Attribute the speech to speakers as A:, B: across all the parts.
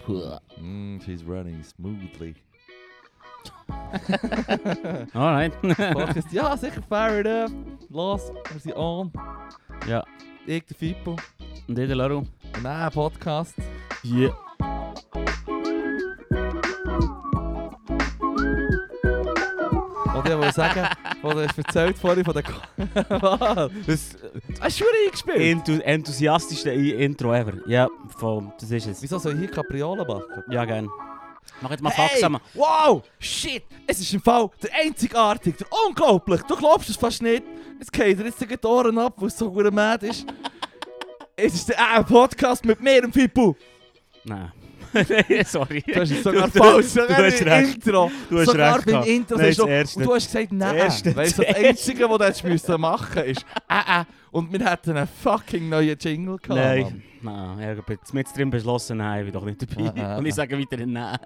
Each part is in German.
A: Mm, she's running smoothly.
B: Alright.
A: Bach is, ja, sicher, fair enough. Los, wir sind on.
B: Ja.
A: Ich, der Fippo.
B: Und ich, der Laru.
A: Nein, Podcast.
B: Yeah.
A: Oder ich wollte sagen, was er erzählt vorhin von der... Ko- Was? Das hast du schon eingespielt?
B: äh, Enthu enthusiastischste I- Intro ever. Ja, voll. Das ist es.
A: Wieso soll ich hier Kapriolen backen?
B: Ja, gern. Mach jetzt mal Faxam.
A: wow, shit, es ist im Fall der einzigartig, der unglaublich, du glaubst es fast nicht. Es geht dir jetzt die Ohren ab, weil es so gut mad ist. es ist der äh, Podcast mit mir, dem Fippo.
B: Nein. Sorry.
A: Du hast es sogar
B: Du- du-
A: falsch,
B: du
A: sogar
B: hast
A: im
B: recht.
A: Intro.
B: Du hast
A: sogar
B: recht
A: beim
B: gehabt.
A: Intro.
B: Nein,
A: sagst du,
B: das erste.
A: und du hast gesagt, nein.
B: erste.
A: Weißt du, das Einzige, was du hättest müssen machen ist, äh, äh. Und wir hätten einen fucking neuen Jingle gehabt.
B: Nein. Nein, ich bin mit drin beschlossen, nein, ich bin doch nicht dabei.
A: Ah, ah,
B: Und ich
A: ah.
B: sage weiterhin nein.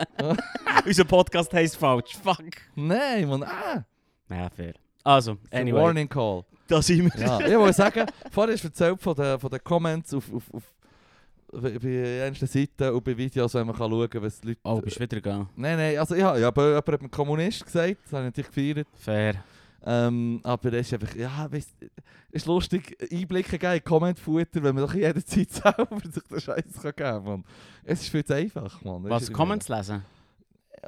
B: Unser Podcast heisst falsch. Fuck.
A: Mann. Nein, Mann, äh.
B: Ja, fair. Also,
A: The
B: anyway.
A: Warning Call.
B: Da sind wir.
A: Ja, ich muss sagen, vorher ist erzählt von den, von den Comments auf, auf, auf bei bei ernsten Seiten und bei Videos, wenn man kann schauen kann, was die Leute...
B: Oh, bist du wieder gegangen?
A: Nein, nein, also ich habe ja, aber jemand hat mir Kommunist gesagt, das habe ich natürlich gefeiert.
B: Fair.
A: Ähm, aber das ist einfach, ja, weißt, ist lustig, Einblicke geben in Comment-Futter, wenn man doch jederzeit selber sich den Scheiß kann geben kann. Es ist viel zu einfach, Mann. Das
B: Was,
A: ist-
B: Comments lesen?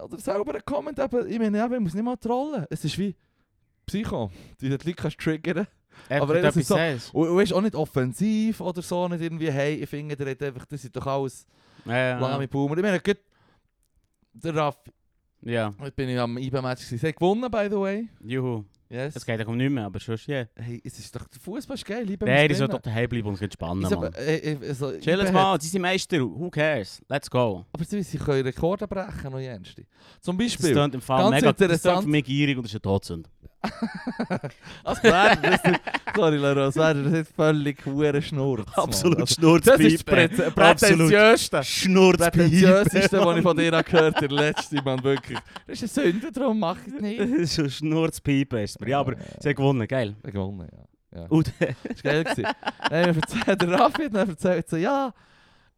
A: Oder selber einen Comment, eh, aber ich meine, eben, ich muss nicht mal trollen. Es ist wie Psycho, die den Leute kannst triggern. Aber
B: wenn du
A: das ist
B: etwas
A: so-
B: sagst.
A: Und, und ist auch nicht offensiv oder so, nicht irgendwie, hey, ich finde, der hat einfach, das sind doch alles
B: Ja, Ja,
A: lahme Boomer. Ich meine, gut, der Raff,
B: ja.
A: heute bin ich am IBA-Match gewesen. Sie hat gewonnen, by the way.
B: Juhu.
A: Yes.
B: Es geht doch um nichts mehr, aber sonst, ja.
A: Hey, es ist doch, der Fußball ist geil, IBA
B: Nein, die sollte doch daheim bleiben und entspannen,
A: Ich
B: Mann.
A: sag, äh, äh, also,
B: Chill
A: IBA
B: jetzt
A: hat-
B: mal, sie sind Meister, who cares? Let's go.
A: Aber sie, sie können Rekorde brechen, noch jenste. Zum
B: Das
A: Beispiel,
B: klingt im Fall
A: Ganz
B: mega, das klingt
A: interessant.
B: für mich gierig und das ist ein Todsünd.
A: als wäre das nicht, sorry Leute, als wäre das nicht völlig hure Schnurz. Mann. Also, Das ist das
B: Schnurzpiepe.
A: Prä-
B: Absolut.
A: Prätentiöste. Das
B: Schnurzpiepe.
A: Prätentiöseste, was ich von dir habe gehört habe, der letzte, Mann, wirklich. Das ist eine Sünde, darum mach ich es nicht.
B: So Schnurzpiepe ist mir. Ja, aber sie hat gewonnen, geil.
A: Ja, gewonnen, ja. ja.
B: Und
A: Das war geil. gewesen. Nein, mir erzählt, der Raffi hat dann erzählt, so, ja,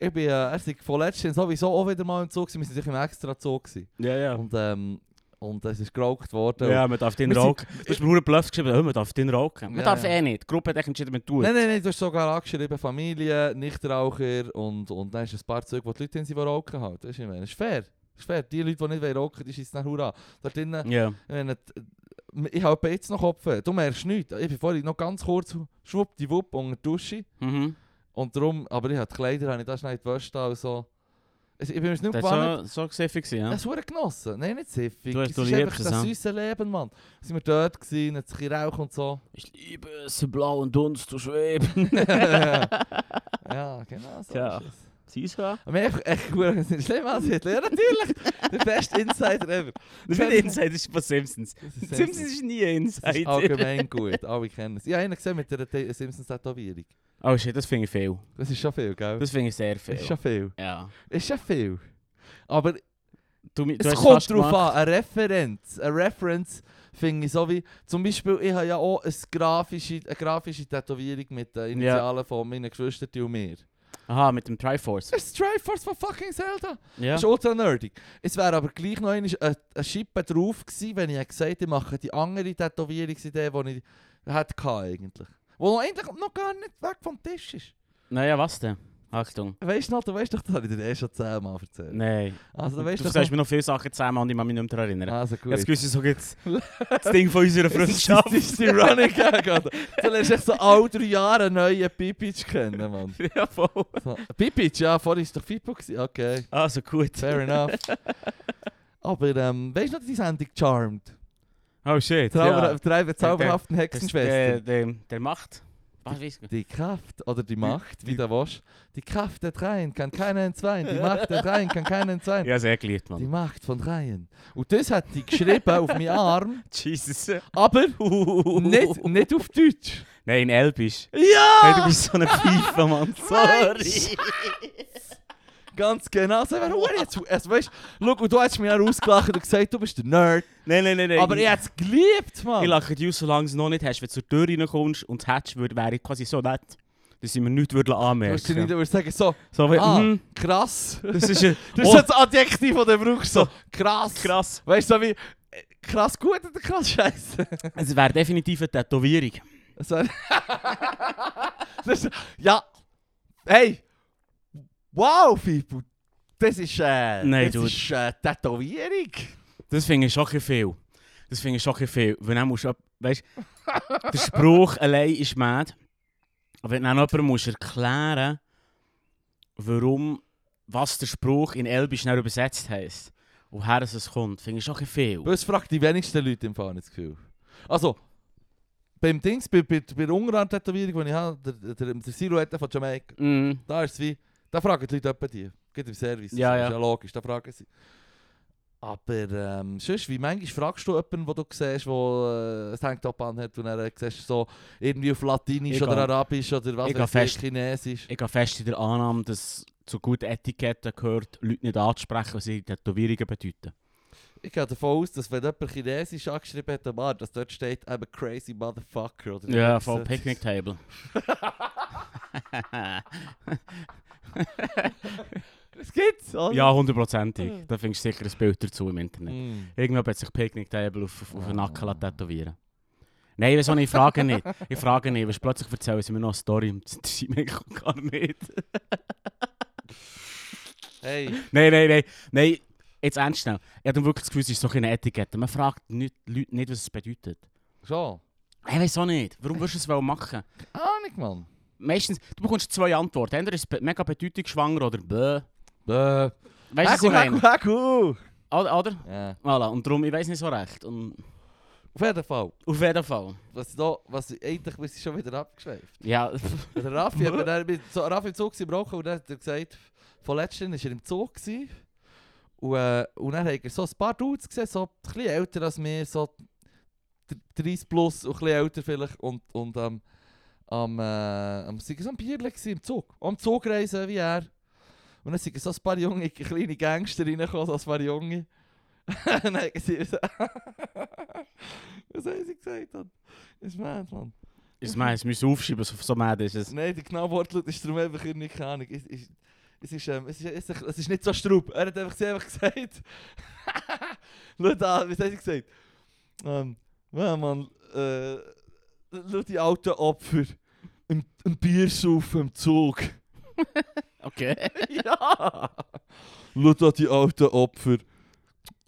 A: ich bin, äh, er sei von letztem sowieso auch wieder mal im Zug gewesen, wir sind sicher im Extra-Zug gewesen.
B: ja, ja.
A: Und, ähm, und es ist geraucht worden.
B: Ja, man darf den
A: Wir sind-
B: rauchen. Du hast mir nur einen Bluff geschrieben, oh, man darf den rauchen. Man
A: Ja,
B: darf
A: ja.
B: eh nicht. Die Gruppe hat echt entschieden, man tut.
A: Nein, nein, nein, du hast sogar angeschrieben, Familie, Nichtraucher und, und dann ist ein paar Züge, wo die Leute drin sind, die rauchen halt. Weisst du, ich meine, Das ist fair. Das ist fair. Die Leute, die nicht wollen rauchen, die schießen nach Hurra. Dort drinnen,
B: Ja.
A: ich meine, die- ich habe jetzt noch Kopfweh. Du eh, merkst nichts. Ich bin vorhin noch ganz kurz, schwuppdiwupp, unter die Dusche.
B: Mhm.
A: Und darum, aber ich habe die Kleider, habe ich da schnell in die Wäsche da und so. Es- Ich bin mir nicht
B: Das
A: gewann.
B: war so, so gesiffig, ja.
A: Das wurde genossen. Nein, nicht siffig.
B: Du hast-
A: es
B: du
A: ist
B: liebst
A: einfach
B: es,
A: das
B: ja.
A: süße Leben, Mann. Sind wir dort gewesen, hat sich Rauch und so.
B: Ich liebe es, im blauen Dunst zu schweben.
A: ja, nou, genau so
B: Tja.
A: ist es.
B: Siehst du?
A: Aber echt, echt gut, das ist nicht schlimm, also jetzt, ja, natürlich. Der beste Insider ever.
B: Das ist nicht Insider, das ist von Simpsons.
A: Das ist
B: Simpsons
A: Simpsons.
B: ist nie
A: Das ist
B: Insider.
A: allgemein gut, alle kennen es. Ich habe einen gesehen mit der T- Simpsons-Tätowierung.
B: Oh shit, das finde ich viel.
A: Das ist schon viel, gell?
B: Das finde ich sehr
A: Das
B: viel.
A: ist schon viel.
B: Ja.
A: Ist schon viel. Aber
B: Du, du
A: es
B: hast
A: kommt
B: fast
A: drauf
B: gemacht-
A: an, eine Referenz. Eine Reference finde ich so wie, zum Beispiel, ich habe ja auch eine grafische, eine grafische Tätowierung mit den Initialen von meinen Geschwistern und mir.
B: Aha, mit dem Triforce.
A: Das ist Triforce von fucking Zelda.
B: Ja.
A: Das ist ultra nerdig. Es wäre aber gleich noch eine, eine Schippe drauf gewesen, wenn ich hätte gesagt hätte, ich mache die andere Tätowierungsidee, die ich hatte eigentlich. Wo noch eigentlich noch gar nicht weg vom Tisch ist.
B: Naja, was denn? Achtung.
A: Weißt du noch, du weißt doch, das habe ich dir eh schon zehnmal erzählt.
B: Nein.
A: Also, du
B: Du
A: weißt doch.
B: sagst mir noch viele Sachen zusammen und ich kann mich nicht mehr daran erinnern.
A: also gut.
B: Jetzt gewusst, so geht's. das Ding von unserer
A: Das
B: Freundschaft.
A: ist die Running Gag, Alter. Du lernst echt so alle drei Jahre einen neuen Pipic kennen, Mann.
B: ja, voll.
A: So, Pipic, ja, vorhin war es doch Fippo. gewesen. Okay,
B: Also gut.
A: fair enough. Aber ähm, weißt du noch die Sendung Charmed?
B: Oh shit.
A: Zauber
B: ja.
A: Drei der zauberhaften
B: Das, der,
A: Hexenschwester.
B: der, der Macht. Was weiß ich?
A: Die Kraft oder die Macht, wie du willst. Die Kraft der Dreien kann keiner entzweien. Die Macht der Dreien kann keiner entzweien.
B: Ja, sehr geliebt,
A: Die
B: Mann.
A: Macht von Dreien. Und das hat die geschrieben auf meinen Arm,
B: Jesus.
A: aber nicht,
B: nicht.
A: nicht auf Deutsch.
B: Nein, in Elbisch. Hey, du
A: Ja!
B: bist so eine Pfeife, Mann. Sorry.
A: Ganz genau. So, wer Hure jetzt? Also, weißt, du, schau, und du hast mich auch ausgelacht und gesagt, du bist der Nerd.
B: nein, nein, nein, nein.
A: Aber ich hätte es geliebt,
B: Ich
A: Mann.
B: lache dich aus, solange du es noch nicht hast. Wenn du zur Tür reinkommst und es hättest, würde- wäre ich quasi Dus so nett. dass ich mir nichts würdel
A: Du
B: anmerken
A: würdest nicht du würdest sagen, so,
B: So wie,
A: ah, Dus
B: hm,
A: krass. Das
B: das ist ein,
A: ist
B: oh,
A: so das Adjektiv, das du brauchst, so, krass.
B: krass.
A: Weißt du, so wie, äh, krass gut oder krass scheiße?
B: Es wäre definitiv eine Tätowierung.
A: So- das ist, ja, hey, wow, Fibu, das ist, äh,
B: Nein,
A: das
B: dude.
A: ist äh, Tätowierung.
B: Das finde ich schon ein bisschen viel. Das finde ich schon ein bisschen viel. Wenn er muss, weißt, der Spruch allein ist mad. Aber wenn du dann jemandem musst erklären warum, was der Spruch in Elbisch nou schnell übersetzt heisst, woher es kommt, finde ich schon ein bisschen viel.
A: Das fragt die wenigsten Leute im Fall, nicht das Gefühl. Also, beim Dings, bei, bei, bei der Unterarm-Tätowierung, die ich habe, der, der, der Silhouette von Jamaica,
B: Mhm.
A: da ist es wie, da fragen die Leute etwa die. Geht im Service,
B: Ja,
A: das
B: ja.
A: ist ja logisch, da fragen sie. Aber ähm, sonst, wie manchmal fragst du jemanden, den du siehst, der äh, ein Tanktop anhat und dann siehst du so irgendwie auf Latinisch
B: Ich
A: oder
B: gehe-
A: Arabisch oder was
B: ich gehe
A: weiß
B: fest-
A: Chinesisch.
B: Ich gehe fest in der Annahme, dass zu guter Etikette gehört, Leute nicht anzusprechen, was ihre Tätowierungen bedeuten.
A: Ich gehe davon aus, dass wenn jemand Chinesisch angeschrieben hat am Arm, dass dort steht, I'm a crazy motherfucker. Oder
B: Ja,
A: irgendwas.
B: voll Picnic Table.
A: Das gibt's, oder?
B: ja, hundertprozentig. Da findest du sicher ein Bild dazu im Internet.
A: Mm.
B: Irgendjemand hat sich Picnic Table auf, auf, auf den Nacken lassen tätowieren Nein, wieso nicht? Ich frage nicht. Ich frage nicht, weil plötzlich erzählen sie mir noch eine Story und das sind wir gar nicht.
A: Hey.
B: Nein, nein, nein. Nein, jetzt ernst schnell. Ich habe wirklich das Gefühl, es ist so ein bisschen eine Etikette. Man fragt nicht, Leute nicht, was es bedeutet.
A: Schon.
B: Ich weiß auch nicht. Warum würdest du es wollen machen?
A: Ahnung, Mann.
B: Meistens, du bekommst zwei Antworten. Entweder ist es be- mega bedeutungsschwanger oder bäh.
A: Bäh.
B: Weißt du, was ich meine?
A: Haku,
B: Oder? oder?
A: Ja.
B: Voilà. Und darum, ich weiß nicht so recht. Und
A: Auf jeden Fall.
B: auf jeden Fall.
A: Was da, was eigentlich bist du schon wieder abgeschweift.
B: Ja,
A: Der Raffi, hat mir dann, mit- so, Raffi im Zug war im Rocken und dann hat er gesagt, von letzten war er im Zug. Gewesen. Und, äh, und dann hat er so ein paar Dudes gesehen, so ein bisschen älter als wir, so dr- 30 plus und ein bisschen älter vielleicht. Und, und ähm, am, äh, am, sie waren so am Bierle gewesen im Zug, am Zugreisen wie er. Und dann sind so ein paar junge, kleine Gangster reingekommen, so ein paar junge. und dann haben sie so... Was haben sie gesagt? Mann? Das ist mad, Mann.
B: ich meine, es müssen aufschreiben, so, so mad ist es.
A: Nein, der genaue Wortlaut ist darum einfach irgendwie keine Ahnung. Es, es, es, ist, ähm, es, ist, es, ist, es ist nicht so straub. Er hat einfach, sie einfach gesagt. Schau da, was hat sie gesagt? Ähm, ja, man, äh, schau die alten Opfer. Ein, ein Biersaufen im Zug.
B: Okay.
A: ja! Schau da die alten Opfer.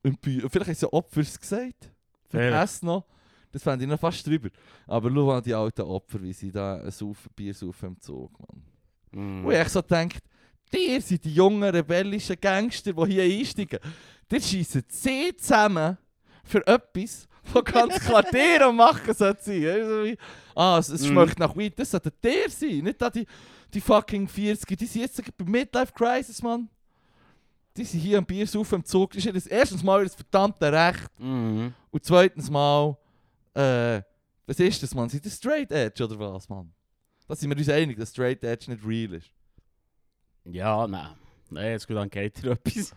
A: Ein Bier. Vielleicht haben sie Opfers gesagt.
B: Fair.
A: Essen noch. Das fände ich noch fast drüber. Aber schau an die alten Opfer, wie sie da ein Saufen, Bier saufen im Zug, Mann.
B: Mm.
A: Und ich so gedacht, ihr seid die jungen rebellischen Gangster, die hier einsteigen. Ihr schiessen sie zusammen für etwas, was ganz klar dir am Machen sollte sein. Also wie, ah, es, es
B: Mhm.
A: schmeckt nach Weed, das sollte dir sein. Nicht da die, die fucking 40 die sind jetzt bei Midlife Crisis, Mann. Die sind hier am Bier saufen im Zug. Das ist ihr erstens mal ihr verdammte Recht.
B: Mhm.
A: Und zweitens mal, äh, was ist das, Mann? Sind das Straight Edge oder was, Mann? Da sind wir uns einig, dass Straight Edge nicht real ist.
B: Ja, nou, nein. Nein, jetzt geht an Gator etwas.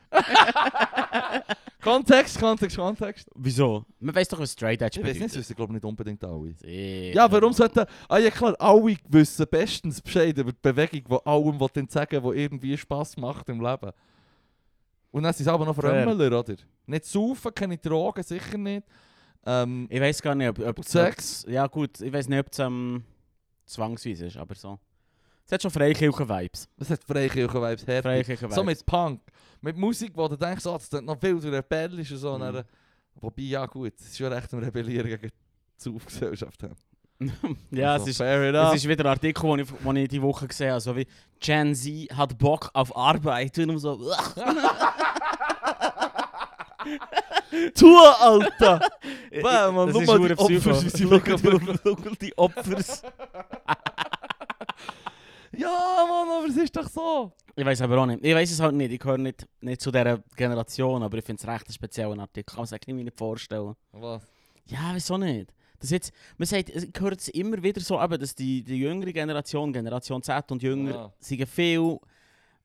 A: Kontext, Kontext, Kontext.
B: Wieso? Man weiß doch, was Straight Edge
A: Ich weiß nicht, das
B: bedeutet.
A: wissen glaube ich nicht unbedingt alle.
B: Sicher.
A: Ja, warum sollten... Ah ja klar, alle wissen bestens Bescheid über die Bewegung, die allem was dann sagen, was irgendwie Spass macht im Leben. Und dann sind es aber noch
B: Fair.
A: Frömmler, oder? Nicht saufen, keine Drogen, sicher nicht. Ähm,
B: Ich weiß gar nicht, ob... ob
A: Und Sex?
B: ob's- Ja gut, ich weiß nicht, ob es ähm, zwangsweise ist, aber so. Es hat schon Freikirchen-Vibes.
A: was hat Freikirchen-Vibes? Herpes.
B: Freikirchen-Vibes.
A: So mit Punk. Mit Musik, wo du denkst, oh, das ist noch viel zu rebellisch und so. Und
B: Mhm.
A: dann- äh, Wobei, ja gut, es ist schon recht am Rebellieren gegen die Saufgesellschaft.
B: ja,
A: Also,
B: es ist...
A: Fair
B: Es
A: enough.
B: ist wieder ein Artikel, den ich, den ich diese Woche gesehen habe, so wie Gen Z hat Bock auf Arbeit und so... uah.
A: Tu, Alter!
B: Ich-
A: Bäh, Mann,
B: das
A: schau
B: ist
A: mal die
B: verdammt
A: Opfer,
B: psycho.
A: sie sind
B: Schau die-
A: wirklich-
B: schau die Opfers.
A: Ja, Mann, aber es ist doch so.
B: Ich weiß aber auch nicht. Ich weiß es halt nicht. Ich gehöre nicht, nicht zu dieser Generation, aber ich finde es recht einen speziellen Artikel. Also, Kann man sich irgendwie nicht vorstellen.
A: Was?
B: Ja, wieso nicht? Das jetzt, man sagt, ich höre es immer wieder so, eben, dass die, die jüngere Generation, Generation Z und jünger,
A: Ja.
B: sind viel.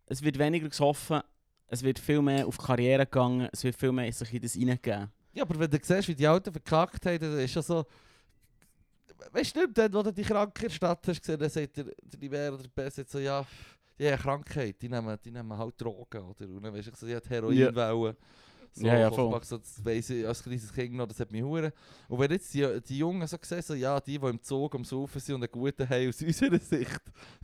B: Es wird weniger gesoffen, es wird viel mehr auf die Karriere gegangen, es wird viel mehr sich in das hineingegeben.
A: Ja, aber wenn du siehst, wie die Alten verkackt haben, dann ist ja so... weißt stimmt, dort, wo du die Krankheit in der Stadt hast gesehen, dann sagt der, der Libero oder Bess jetzt so, ja, die haben eine Krankheit, die nehmen, die nehmen halt Drogen, oder? Und dann weißt du, ich so, ja, die Heroin
B: Ja.
A: wollen. So,
B: Ja, ja,
A: Kopfback,
B: voll.
A: So, das weiss ich als kleines Kind noch, das hat mich hure. Und wenn jetzt die, die Jungen so sehen, so, ja, die, die im Zug am Saufen sind und einen guten haben, aus unserer Sicht,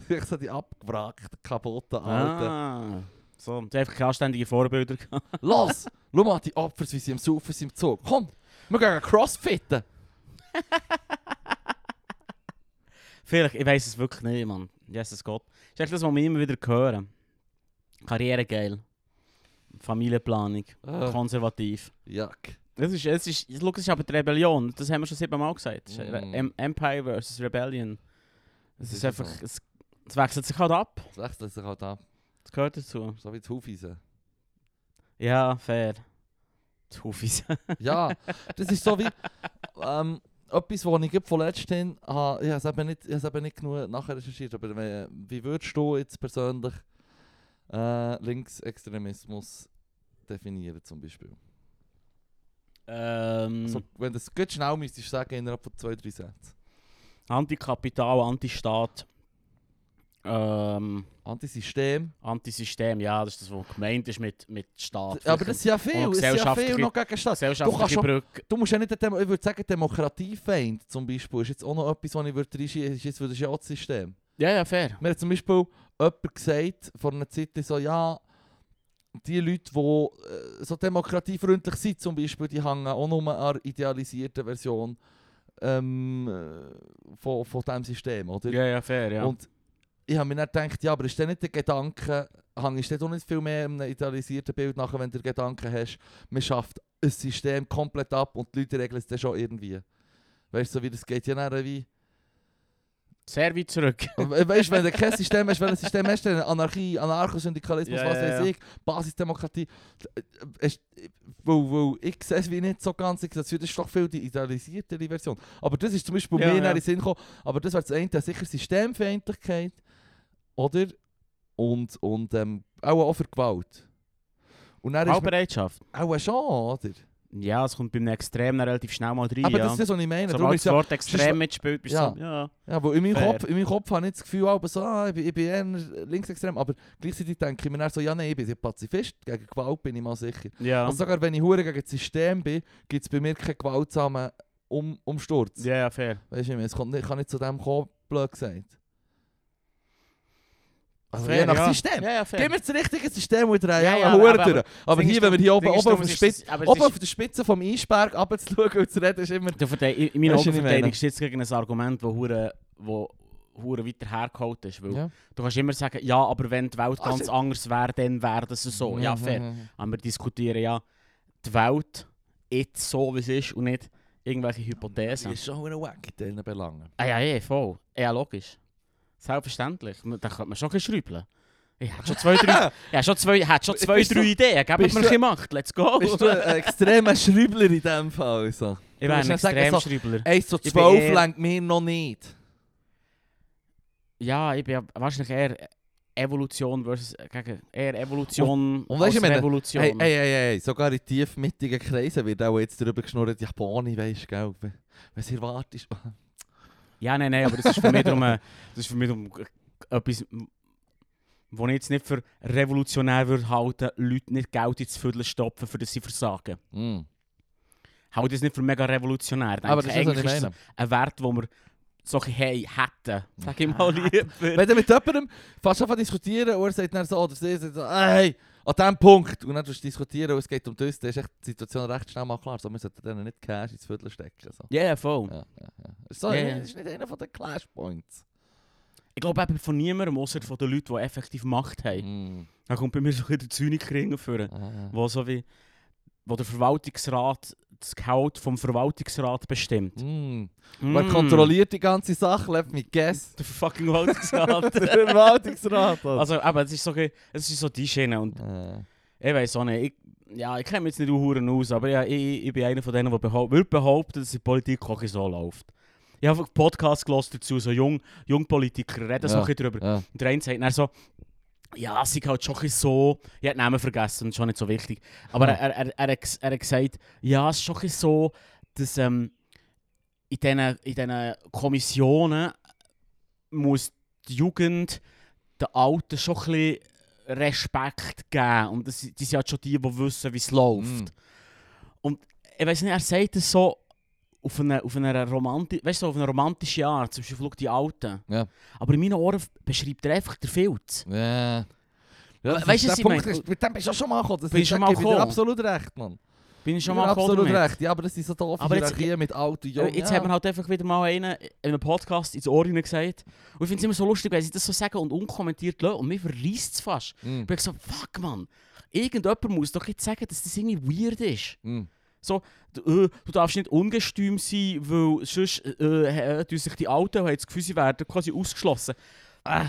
A: ich so die abgewrackten, kaputten Alten.
B: Ah. So, du hast einfach keine anständigen Vorbilder gehabt.
A: Los, schau mal die Opfer, wie sie am Saufen sind im Zug. Komm, wir gehen crossfitten.
B: Vielleicht, ich weiß es wirklich nicht, Mann. Jesus Gott. Das ist echt das, was wir immer wieder hören. Karrieregeil. Familienplanung.
A: Ah.
B: Konservativ.
A: Jack.
B: Das ist, es ist, schau, das ist aber die Rebellion. Das haben wir schon siebenmal gesagt. Das ist, äh,
A: Mm.
B: Em- Empire versus Rebellion. Es
A: Das
B: ist
A: ist
B: einfach,
A: so.
B: es, es wechselt sich halt ab.
A: Das wechselt sich halt ab.
B: Das gehört dazu.
A: So wie das Hufeisen.
B: Ja, fair. Die Hufis.
A: Ja, das ist so wie... Ähm, etwas, was ich gerade von letztem habe, ich habe es eben nicht, ich habe es eben nicht genug nachher recherchiert, aber wie, wie würdest du jetzt persönlich äh, Linksextremismus definieren zum Beispiel?
B: ähm,
A: So, wenn du es gut schnell müsstest sagen, innerhalb von zwei, drei Sätzen.
B: Antikapital, Antistaat. Ähm,
A: Antisystem.
B: Antisystem, ja, das ist das, was gemeint ist mit, mit Staat.
A: aber das sind ja viel,
B: Und
A: es sind ja viel
B: gesellschaftliche-
A: noch gegen Staat. Du kannst
B: Gesellschaftliche
A: schon-
B: Brücke.
A: Du musst ja nicht, Demo ich würde sagen, Demokratiefeind zum Beispiel ist jetzt auch noch etwas, was ich würde reinschieben würde, ist jetzt wieder das Jahrzehnt-System.
B: Ja, ja, fair.
A: Mir hat zum Beispiel jemand gesagt, vor einer Zeit, so, ja, die Leute, die äh, so demokratiefreundlich sind zum Beispiel, die hängen auch nur an der idealisierten Version ähm, äh, von, von diesem System, oder?
B: Ja, ja, fair, ja.
A: Und ich habe mir dann gedacht, ja, aber ist denn nicht der Gedanke, hängst du denn auch nicht viel mehr einem idealisierten Bild nachher, wenn du den Gedanken hast, man schafft ein System komplett ab und die Leute regeln es dann schon irgendwie. Weißt du, so wie das geht ja nachher wie...
B: Sehr weit zurück.
A: We- äh, Weißt du, wenn du kein System hast, welches System hast du denn? Anarchie, Anarchosyndikalismus,
B: Ja,
A: was
B: ja,
A: weiß
B: ja.
A: ich, Basisdemokratie. D- äh, es- Weil, weil ich sehe es wie nicht so ganz, ich sehe, es wie- das ist doch viel die idealisiertere Version. Aber das ist zum Beispiel
B: Ja,
A: mir
B: ja.
A: ja. in den Sinn gekommen, aber das wäre das eine, sicher Systemfeindlichkeit, oder? Und, und ähm, auch auch für Gewalt. Und dann ist mir,
B: Baubereitschaft.
A: auch schon, oder?
B: Ja, es kommt beim Extrem dann relativ schnell mal rein.
A: Aber
B: ja.
A: das ist das, was ich meine. Darum
B: Sobald
A: ist
B: das
A: ja,
B: Wort extrem mitspielt, bist du
A: Ja.
B: so, dus- ja.
A: Ja, weil in meinem,
B: Fair.
A: Kopf, in meinem Kopf habe ich nicht das Gefühl, aber so, ah, ich, bin, ich bin eher linksextrem. Aber gleichzeitig denke ich mir dann so, ja, nein, ich bin ein Pazifist. Gegen Gewalt bin ich mal sicher.
B: Ja,
A: Also sogar wenn ich hure gegen das System bin, gibt es bei mir keinen gewaltsamen um Umsturz.
B: ja, ja, fair.
A: Weißt du, ich meine, es kommt nicht, kann nicht zu dem kommen, blöd gesagt. Also
B: fair,
A: je nach
B: ja.
A: System.
B: Ja, ja, fair.
A: Gib mir das richtige System und drehen.
B: Ja,
A: Ja,
B: ja,
A: hure
B: aber-
A: durch. Aber
B: Ding
A: hier,
B: ist
A: wenn wir hier
B: doch-
A: oben,
B: Ding ist
A: oben,
B: doch,
A: auf der,
B: es ist-
A: Spitze,
B: aber es
A: oben
B: ist-
A: auf der Spitze vom Eisberg runterzuschauen und zu reden, ist immer...
B: Du verte- in in
A: Weisst du,
B: meinen Augen
A: was ich meine?
B: verteidigst du jetzt gegen ein Argument, eh, das hure, wo hure weiter hergeholt ist. Weil
A: Ja.
B: Du kannst immer sagen, ja, aber wenn die Welt
A: Ah,
B: ganz
A: shit.
B: anders wäre, dann wäre das so. Ja, fair. Aber wir diskutieren ja die Welt jetzt so, wie sie ist und nicht irgendwelche
A: Das
B: Hypothesen.
A: ist schon hure wack in diesen Belangen.
B: Ah ja, eh, voll. Ja, logisch. Selbstverständlich. Man- Da könnte man schon ein bisschen schrauben. Ich hätte schon zwei, drei, ja, schon zwei, hätte schon zwei
A: Bist
B: drei
A: du-
B: Ideen. Geben wir
A: bist
B: mir ein
A: du-
B: bisschen Macht. Let's go.
A: Bist du ein extremer Schreibler in diesem Fall? So.
B: ich wäre
A: musst
B: ein
A: nicht sagen, so-
B: Extremschreibler.
A: 1 zu
B: Ich bin
A: 12
B: eher-
A: lenkt mir noch nicht.
B: Ja, ich bin ja wahrscheinlich eher Evolution versus gegen eher Evolution
A: und
B: als
A: weisst du, ich meine,
B: Revolution.
A: Hey, hey, hey, hey, sogar in tiefmittigen Kreisen wird auch jetzt darüber geschnurrt, ja, Boni, weisst du, gell, wenn- wenn es erwartest.
B: Ja, nein, nein, aber das ist für mich darum, äh, das ist für mich darum äh, etwas, m- wo ich jetzt nicht für revolutionär würde halten, Leute nicht Geld ins Viertel stopfen, für das sie versagen.
A: Mm.
B: Halte ich es nicht für mega revolutionär. Denke
A: Aber das ist, was ich
B: eigentlich
A: meine.
B: es ein Wert, den wir so ein bisschen, hey, hätten. Sag ich mal lieber.
A: Wenn du mit jemandem fast anfängst zu diskutieren und er sagt dann so, oder sie sagt so, "Ah, hey, an diesem Punkt, und dann tust du diskutieren und es geht um das, dann ist echt die Situation recht schnell mal klar. So, wir sollten denen nicht Cash ins Viertel stecken. So.
B: Ja, ja, voll.
A: Ja, ja, ja. So,
B: Ja, ja.
A: Das ist nicht einer von den Clashpoints.
B: Ich glaube eben von niemandem, außer von den Leuten, die effektiv Macht haben.
A: Mm.
B: Da kommt bei mir so ein bisschen der Zynikring führen.
A: Ah.
B: wo so eh, wie wo der Verwaltungsrat das Gehalt vom Verwaltungsrat bestimmt.
A: Mm.
B: Mm.
A: Wer kontrolliert die ganze Sache? Lebt mit Guess.
B: Der fucking Verwaltungsrat.
A: Der Verwaltungsrat.
B: also aber es ist so ge- es ist so die Schiene und
A: Äh,
B: ich weiß auch nicht. Ich, ja, ich kenne mich jetzt nicht Huren aus, aber ja, ich, ich bin einer von denen, der behaupt, würde behaupten, dass die Politik auch so läuft. Ich habe einen Podcast gehört dazu, so jung, Jungpolitiker reden so
A: Ja.
B: ein bisschen drüber.
A: ja.
B: Und der eine sagt dann so, ja, es sei halt schon ein bisschen so, ich habe den Namen vergessen, schon nicht so wichtig. Aber er, er, er, er, hat ges- er hat gesagt, ja, es ist schon ein bisschen so, dass ähm, in diesen, in diesen Kommissionen muss die Jugend den Alten schon ein bisschen Respekt geben. Und das, die sind halt schon die, die wissen, wie es läuft.
A: Mm.
B: ich weiß nicht, er sagt es so auf eine, auf eine, romanti weißt, so auf eine romantische Art, zum Beispiel «Schau die Alten.
A: Ja.
B: Aber in meinen Ohren beschreibt er einfach den Filz.
A: Ja.
B: das
A: ja
B: ist- der Punkt ist-
A: mit dem bist du schon mal gekommen. Das
B: Bist
A: ist
B: schon
A: schon
B: mal
A: mal
B: gekommen.
A: absolut recht, Mann.
B: Bin ich schon
A: Ich
B: mal
A: hab
B: gekommen
A: absolut
B: damit?
A: recht. Ja, aber das ist so doof.
B: Aber jetzt-
A: Hierarchien mit alten
B: Ja,
A: Jungen.
B: Jetzt
A: ja.
B: haben wir halt einfach wieder mal einen in einem Podcast ins Ohr hinein gesagt. Und ich finde es immer so lustig, wenn sie das so sagen und unkommentiert lassen. Und mir verreist es fast.
A: Mm,
B: Ich bin so, fuck man, irgendjemand muss doch jetzt sagen, dass das irgendwie weird ist.
A: mm.
B: Du, äh, du darfst nicht ungestüm sein, weil sonst äh, äh, tun sich die Alten, die haben das Gefühl, sie werden quasi ausgeschlossen. Äh.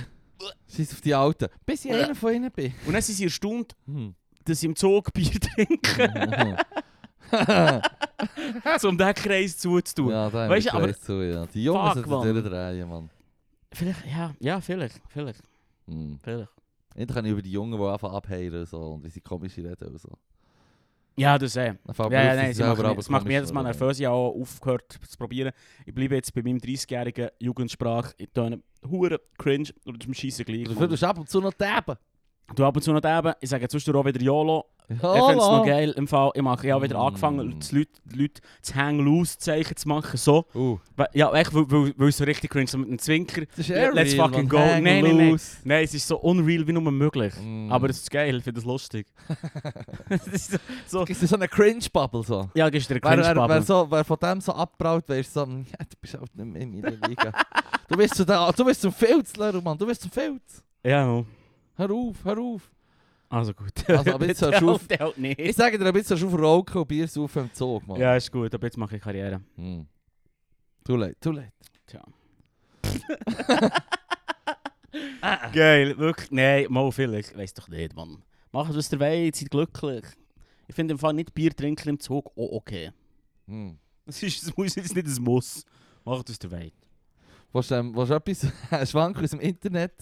A: Scheiß auf die Alten. Bis ich
B: Ja. Hmm.
A: einer von ihnen bin.
B: Und dann sind sie erstaunt,
A: Hm.
B: dass sie im Zug Bier trinken, um diesen Kreis zuzutun.
A: ja, da
B: Weißt
A: weißt
B: du, aber-
A: zu, ja. Die Jungen
B: Fuck,
A: sind
B: Mann.
A: durchdrehen, Mann.
B: Vielleicht, ja, ja, vielleicht, vielleicht,
A: Hm.
B: vielleicht.
A: Endlich kann ich über die Jungen, die einfach abheilen so, und wie sie komisch reden und so.
B: Ja, das eh.
A: Dann fällt
B: Ja,
A: mir
B: ja,
A: auf,
B: nein,
A: dass
B: sie
A: sie
B: machen,
A: selber
B: nicht- es macht
A: aber
B: mich jedes Mal
A: komisch
B: nervös. Ich habe auch aufgehört zu probieren. Ich bleibe jetzt bei meinem 30-jährigen Jugendsprache. Ich töne hure cringe und es ist mir scheisse gleich.
A: reden. Dafür
B: Mann.
A: tust du ab und zu noch tappen.
B: Du ab und zu noch eben, ich sage sonst auch wieder YOLO. Ich finde es noch
A: Hallo!
B: geil. Im Fall, ich mache, ich habe wieder
A: Oh, Mm.
B: angefangen, die Leute, die Leute zu hang loose Zeichen zu machen. So.
A: Uh,
B: Weil- Ja, echt, weil- weil weil es so richtig cringe ist. so Mit einem Zwinker.
A: das ist
B: Let's
A: real,
B: fucking
A: Mann.
B: go.
A: Hang
B: Nein, nein, nein.
A: loose.
B: Nein, es ist so unreal wie nur möglich.
A: Mm.
B: Aber es ist geil, ich finde es lustig. das ist so, so.
A: Ist das so eine Cringe-Bubble so?
B: Ja, gestern
A: Wer,
B: cringe
A: wer, wer,
B: Bubble.
A: so, wer von dem so abbraut, wärst so, mm, ja, du bist halt nicht mehr in meiner Liga. du, bist zu der, du bist zum Filz, Leru, Mann, du bist zum Filz.
B: Ja, no.
A: Hör auf, hör auf.
B: also gut.
A: Also, aber jetzt hörst du auf.
B: Der halt nicht.
A: Ich sage dir, ein bisschen auf Rauchen und Bier saufen im Zug, Mann.
B: Ja, ist gut, aber jetzt mache ich Karriere.
A: Hm. Too late, too late.
B: Geil, wirklich. Nein, mal vielleicht. Weiß doch nicht, Mann. Macht was ihr wollt, seid glücklich. Ich finde im Fall nicht Bier trinken im Zug auch okay.
A: Hm.
B: Das ist, das muss, ist nicht ein Muss. Macht was ihr wollt.
A: Willst du, ähm, willst du etwas, einen Schwank aus dem Internet,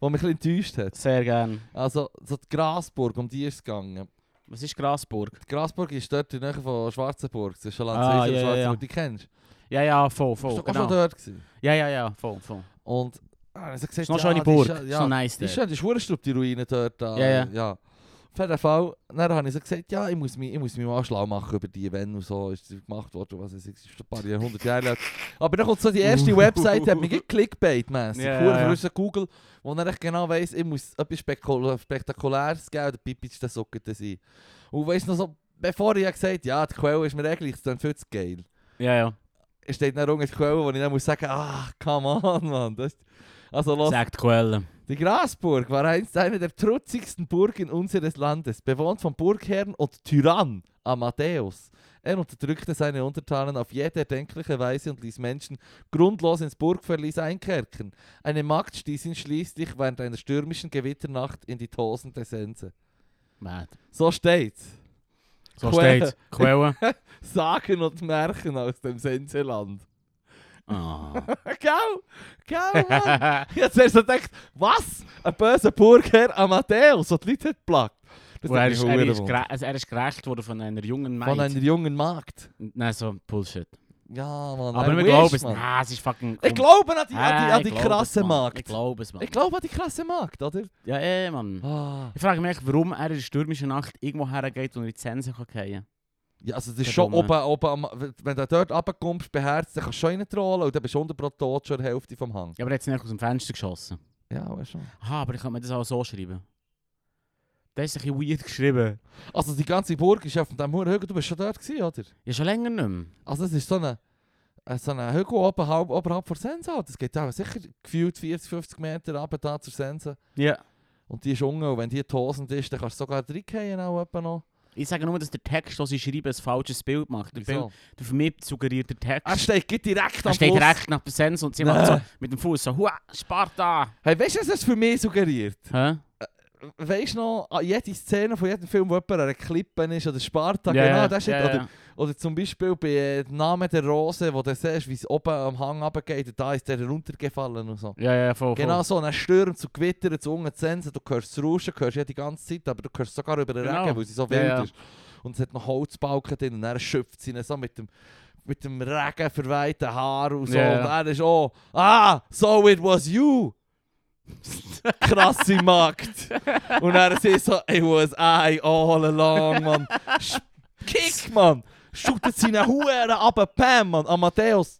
A: der mich ein bisschen enttäuscht hat?
B: Sehr gern.
A: Also, so die Grasburg, um die ist es gegangen.
B: Was ist Grasburg?
A: Die Grasburg ist dort in der Nähe von Schwarzenburg, Dus zwischen
B: Ah,
A: Landshausen und
B: ja, ja, ja.
A: Schwarzenburg, die kennst du?
B: Ja, ja, voll,
A: Bist
B: voll.
A: du auch schon
B: Genau.
A: dort gewesen?
B: Ja, ja, ja, voll, voll.
A: Und ah, also gesagt,
B: Ist noch
A: ja,
B: eine schöne
A: die
B: Burg.
A: ist
B: Ist
A: ja-
B: noch nice
A: Die ist
B: dort.
A: schön, die ist verdammt, die Ruine dort. da,
B: Ja, ja.
A: Auf jeden Fall, dann habe ich so gesagt, ja, ich muss mich, ich muss mich mal schlau machen über die, wenn und so ist das gemacht worden, und was es ist, ist ein paar hundert Jahre alt. Aber dann kommt so die erste Website, die hat mich clickbait-mässig.
B: Ja,
A: Yeah,
B: ja, ja.
A: cool, für Google, wo dann echt genau weiss, ich muss etwas Spekul- Spektakuläres geben, der Pipi ist der Socken sein. Und weißt du noch so, bevor ich gesagt habe, ja, die Quelle ist mir eigentlich, das ist viel zu geil
B: Ja, ja.
A: steht dann irgendeine Quelle, wo ich dann muss sagen, ah, come on, Mann. Das ist also los.
B: Sagt Quelle.
A: Die Grasburg war einst eine der trutzigsten Burgen unseres Landes, bewohnt vom Burgherrn und Tyrann Amadeus. Er unterdrückte seine Untertanen auf jede erdenkliche Weise und ließ Menschen grundlos ins Burgverlies einkerken. Eine Magd stieß ihn schließlich während einer stürmischen Gewitternacht in die Tosen der Sense.
B: Mad.
A: So steht's.
B: So
A: Quelle.
B: steht Quelle.
A: Sagen und Märchen aus dem Senseland.
B: Ah.
A: Gau! Gau, Mann! Ich habe zuerst so gedacht, was? Ein böser Burger Amadeus, der die Leute hat geplagt. Das
B: Und er,
A: hat
B: ist,
A: mich
B: er,
A: verdammt
B: ist
A: gewundert.
B: gere- also er ist gerecht worden von einer jungen Maid.
A: Von einer jungen Magd.
B: Nein, so Bullshit.
A: Ja, Mann.
B: Aber wir
A: ich
B: glauben es.
A: Mann.
B: Nein, es ist fucking...
A: Ich glaube an die, an die,
B: Ja,
A: an die krasse
B: Ich
A: Magd.
B: glaube es, Mann.
A: Ich glaube an die krasse Magd, oder?
B: Ja, eh, Mann.
A: Ah.
B: Ich frage mich, echt, warum er in der stürmischen Nacht irgendwo hergeht und in die Sense kann fallen
A: Ja, also das ist
B: Der
A: schon
B: Dumme.
A: oben, oben am, wenn du dort runterkommst, beherzt, dann kannst du schon reintrollen und dann bist du unter pro tot schon die Hälfte vom Hang.
B: Ja, aber er hat sie nicht aus dem Fenster geschossen. Ah,
A: Ja, weißt schon.
B: Aha, aber ich könnte mir das auch so schreiben. Das ist ein bisschen weird geschrieben.
A: Also die ganze Burg ist ja von diesem Huren Hügel, du bist schon dort gewesen, oder?
B: Ja, schon länger nicht mehr.
A: Also es ist so eine, äh, so eine Hügel oben, halb, oberhalb von Sense. halt. Es geht auch sicher gefühlt 40, 50 Meter runter da zur Sense.
B: Ja.
A: Und die ist unten und wenn die tosend ist, dann kannst du sogar reingehen auch etwa noch.
B: Ich sage nur, dass der Text, den sie schreiben, ein falsches Bild macht. Der, Bild,
A: Wieso?
B: der für mich suggeriert der Text.
A: Er steht geht direkt am
B: er steht
A: Fluss.
B: recht nach der Sense und sie macht so mit dem Fuß so, hua, Sparta!
A: Hey, weißt du, was das für mich suggeriert?
B: Hä?
A: Weißt du noch, an jede Szene von jedem Film, wo jemand an einer Klippe ist oder Sparta,
B: Ja,
A: genau,
B: ja,
A: das ist
B: ja,
A: oder,
B: ja.
A: oder zum Beispiel bei äh, Namen der Rose, wo du siehst, wie eh, es oben am Hang runtergeht und da ist der runtergefallen und so.
B: Ja, ja, voll, voll.
A: Genau so, dann stürmt zu Gewitter, zu unten Sensen, du hörst es rauschen, hörst ja die ganze Zeit, aber du hörst sogar über den
B: Genau.
A: Regen, weil sie so
B: Ja,
A: wild
B: ja.
A: ist. Und es hat noch Holzbalken drin und dann schöpft sie ihn so mit dem mit dem Regen verweihten Haar und so.
B: Ja.
A: Und er ist auch, ah, so it was you. Krasse Magd. und er ist so, it was I all along, man. Sch- Kick, man. Shootet seine Huren ab, Pam, man, Amadeus.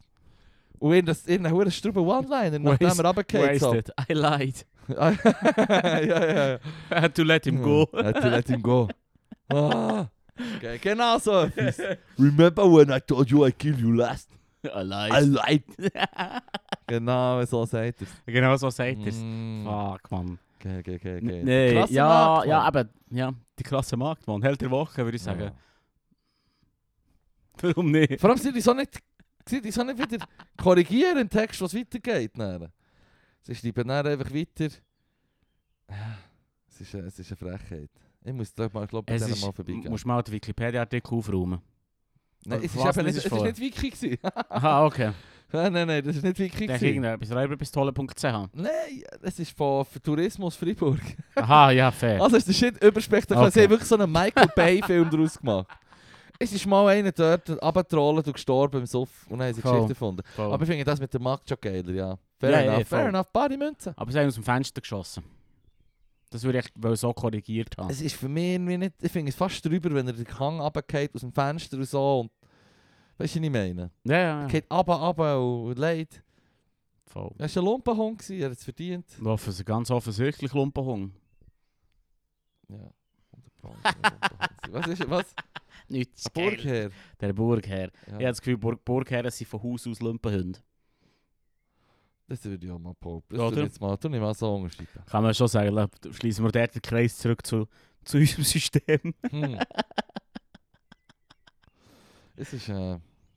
A: Und in irgendeinen Huren struben One-Liner, nachdem
B: Waste-
A: er runtergeht. So.
B: Wasted. I lied.
A: ja, ja, ja.
B: I had to let him go.
A: Ja, to let him go. Ah. Ge- Genau so etwas. Remember when I told you I killed you last?
B: I lied.
A: I lied. genau so sagt er
B: Genau so sagt er
A: es.
B: es.
A: Mm.
B: Fuck, Mann.
A: Okay, okay, okay. okay.
B: Nee,
A: Krasse
B: ja,
A: Markt, Mann.
B: ja, eben. Ja, die krasse Markt, Mann. Held der Woche, würde ich sagen.
A: Ja.
B: Warum nicht?
A: Vor allem sind die so nicht, sind die so nicht wieder korrigieren im Text, was weitergeht. Dann. Sie schreiben dann einfach weiter. Ja, Es ist, eine- es ist eine Frechheit. Ich muss da mal, glaube ich,
B: Es
A: bei denen
B: ist,
A: mal vorbeigehen.
B: musst mal den Wikipedia-Artikel aufräumen.
A: Nein, es ist
B: Was
A: eben
B: liest
A: nicht, es
B: du
A: ist
B: vor?
A: nicht Wiki gewesen.
B: Aha, okay.
A: nein, nein, nein, das ist nicht Wiki
B: Ich denke,
A: gewesen.
B: irgendetwas. Räuberpistole.ch.
A: Nein, es ist von für Tourismus Freiburg.
B: Aha, ja, fair.
A: Also ist der Shit überspektakulär. Sie
B: Okay.
A: haben wirklich so einen Michael Bay-Film daraus gemacht. Es ist mal einer dort runtergetrollt und gestorben im Suff und dann haben sie
B: Voll.
A: Geschichte gefunden.
B: Voll.
A: Aber ich finde das mit dem Markt schon geiler, ja. Fair
B: Ja, ja,
A: enough,
B: voll.
A: fair enough, paar die Münzen.
B: Aber sie haben aus dem Fenster geschossen. Das würde ich weil so korrigiert haben.
A: Es ist für mich irgendwie nicht, ich finde es fast drüber, wenn er den Hang runtergeht aus dem Fenster und so und... Weißt du, was ich meine?
B: Ja, ja,
A: Er
B: ja.
A: geht runter, runter und und leid.
B: Voll.
A: Er war ein Lumpenhund, gewesen, er hat es verdient.
B: Laufen sie ganz offensichtlich Lumpenhung.
A: Ja. was ist, was?
B: Nichts.
A: Ein Burgherr?
B: Der Burgherr.
A: Ja.
B: Ich habe das Gefühl, Burg Burgherren sind von Haus aus Lumpenhunde.
A: Das würde ich auch mal behaupten. Das
B: Oder?
A: würde ich jetzt mal, tu nicht mal so unterschreiben.
B: Kann man schon sagen, la- schließen wir dort den Kreis zurück zu, zu unserem System.
A: Hm. es ist, äh...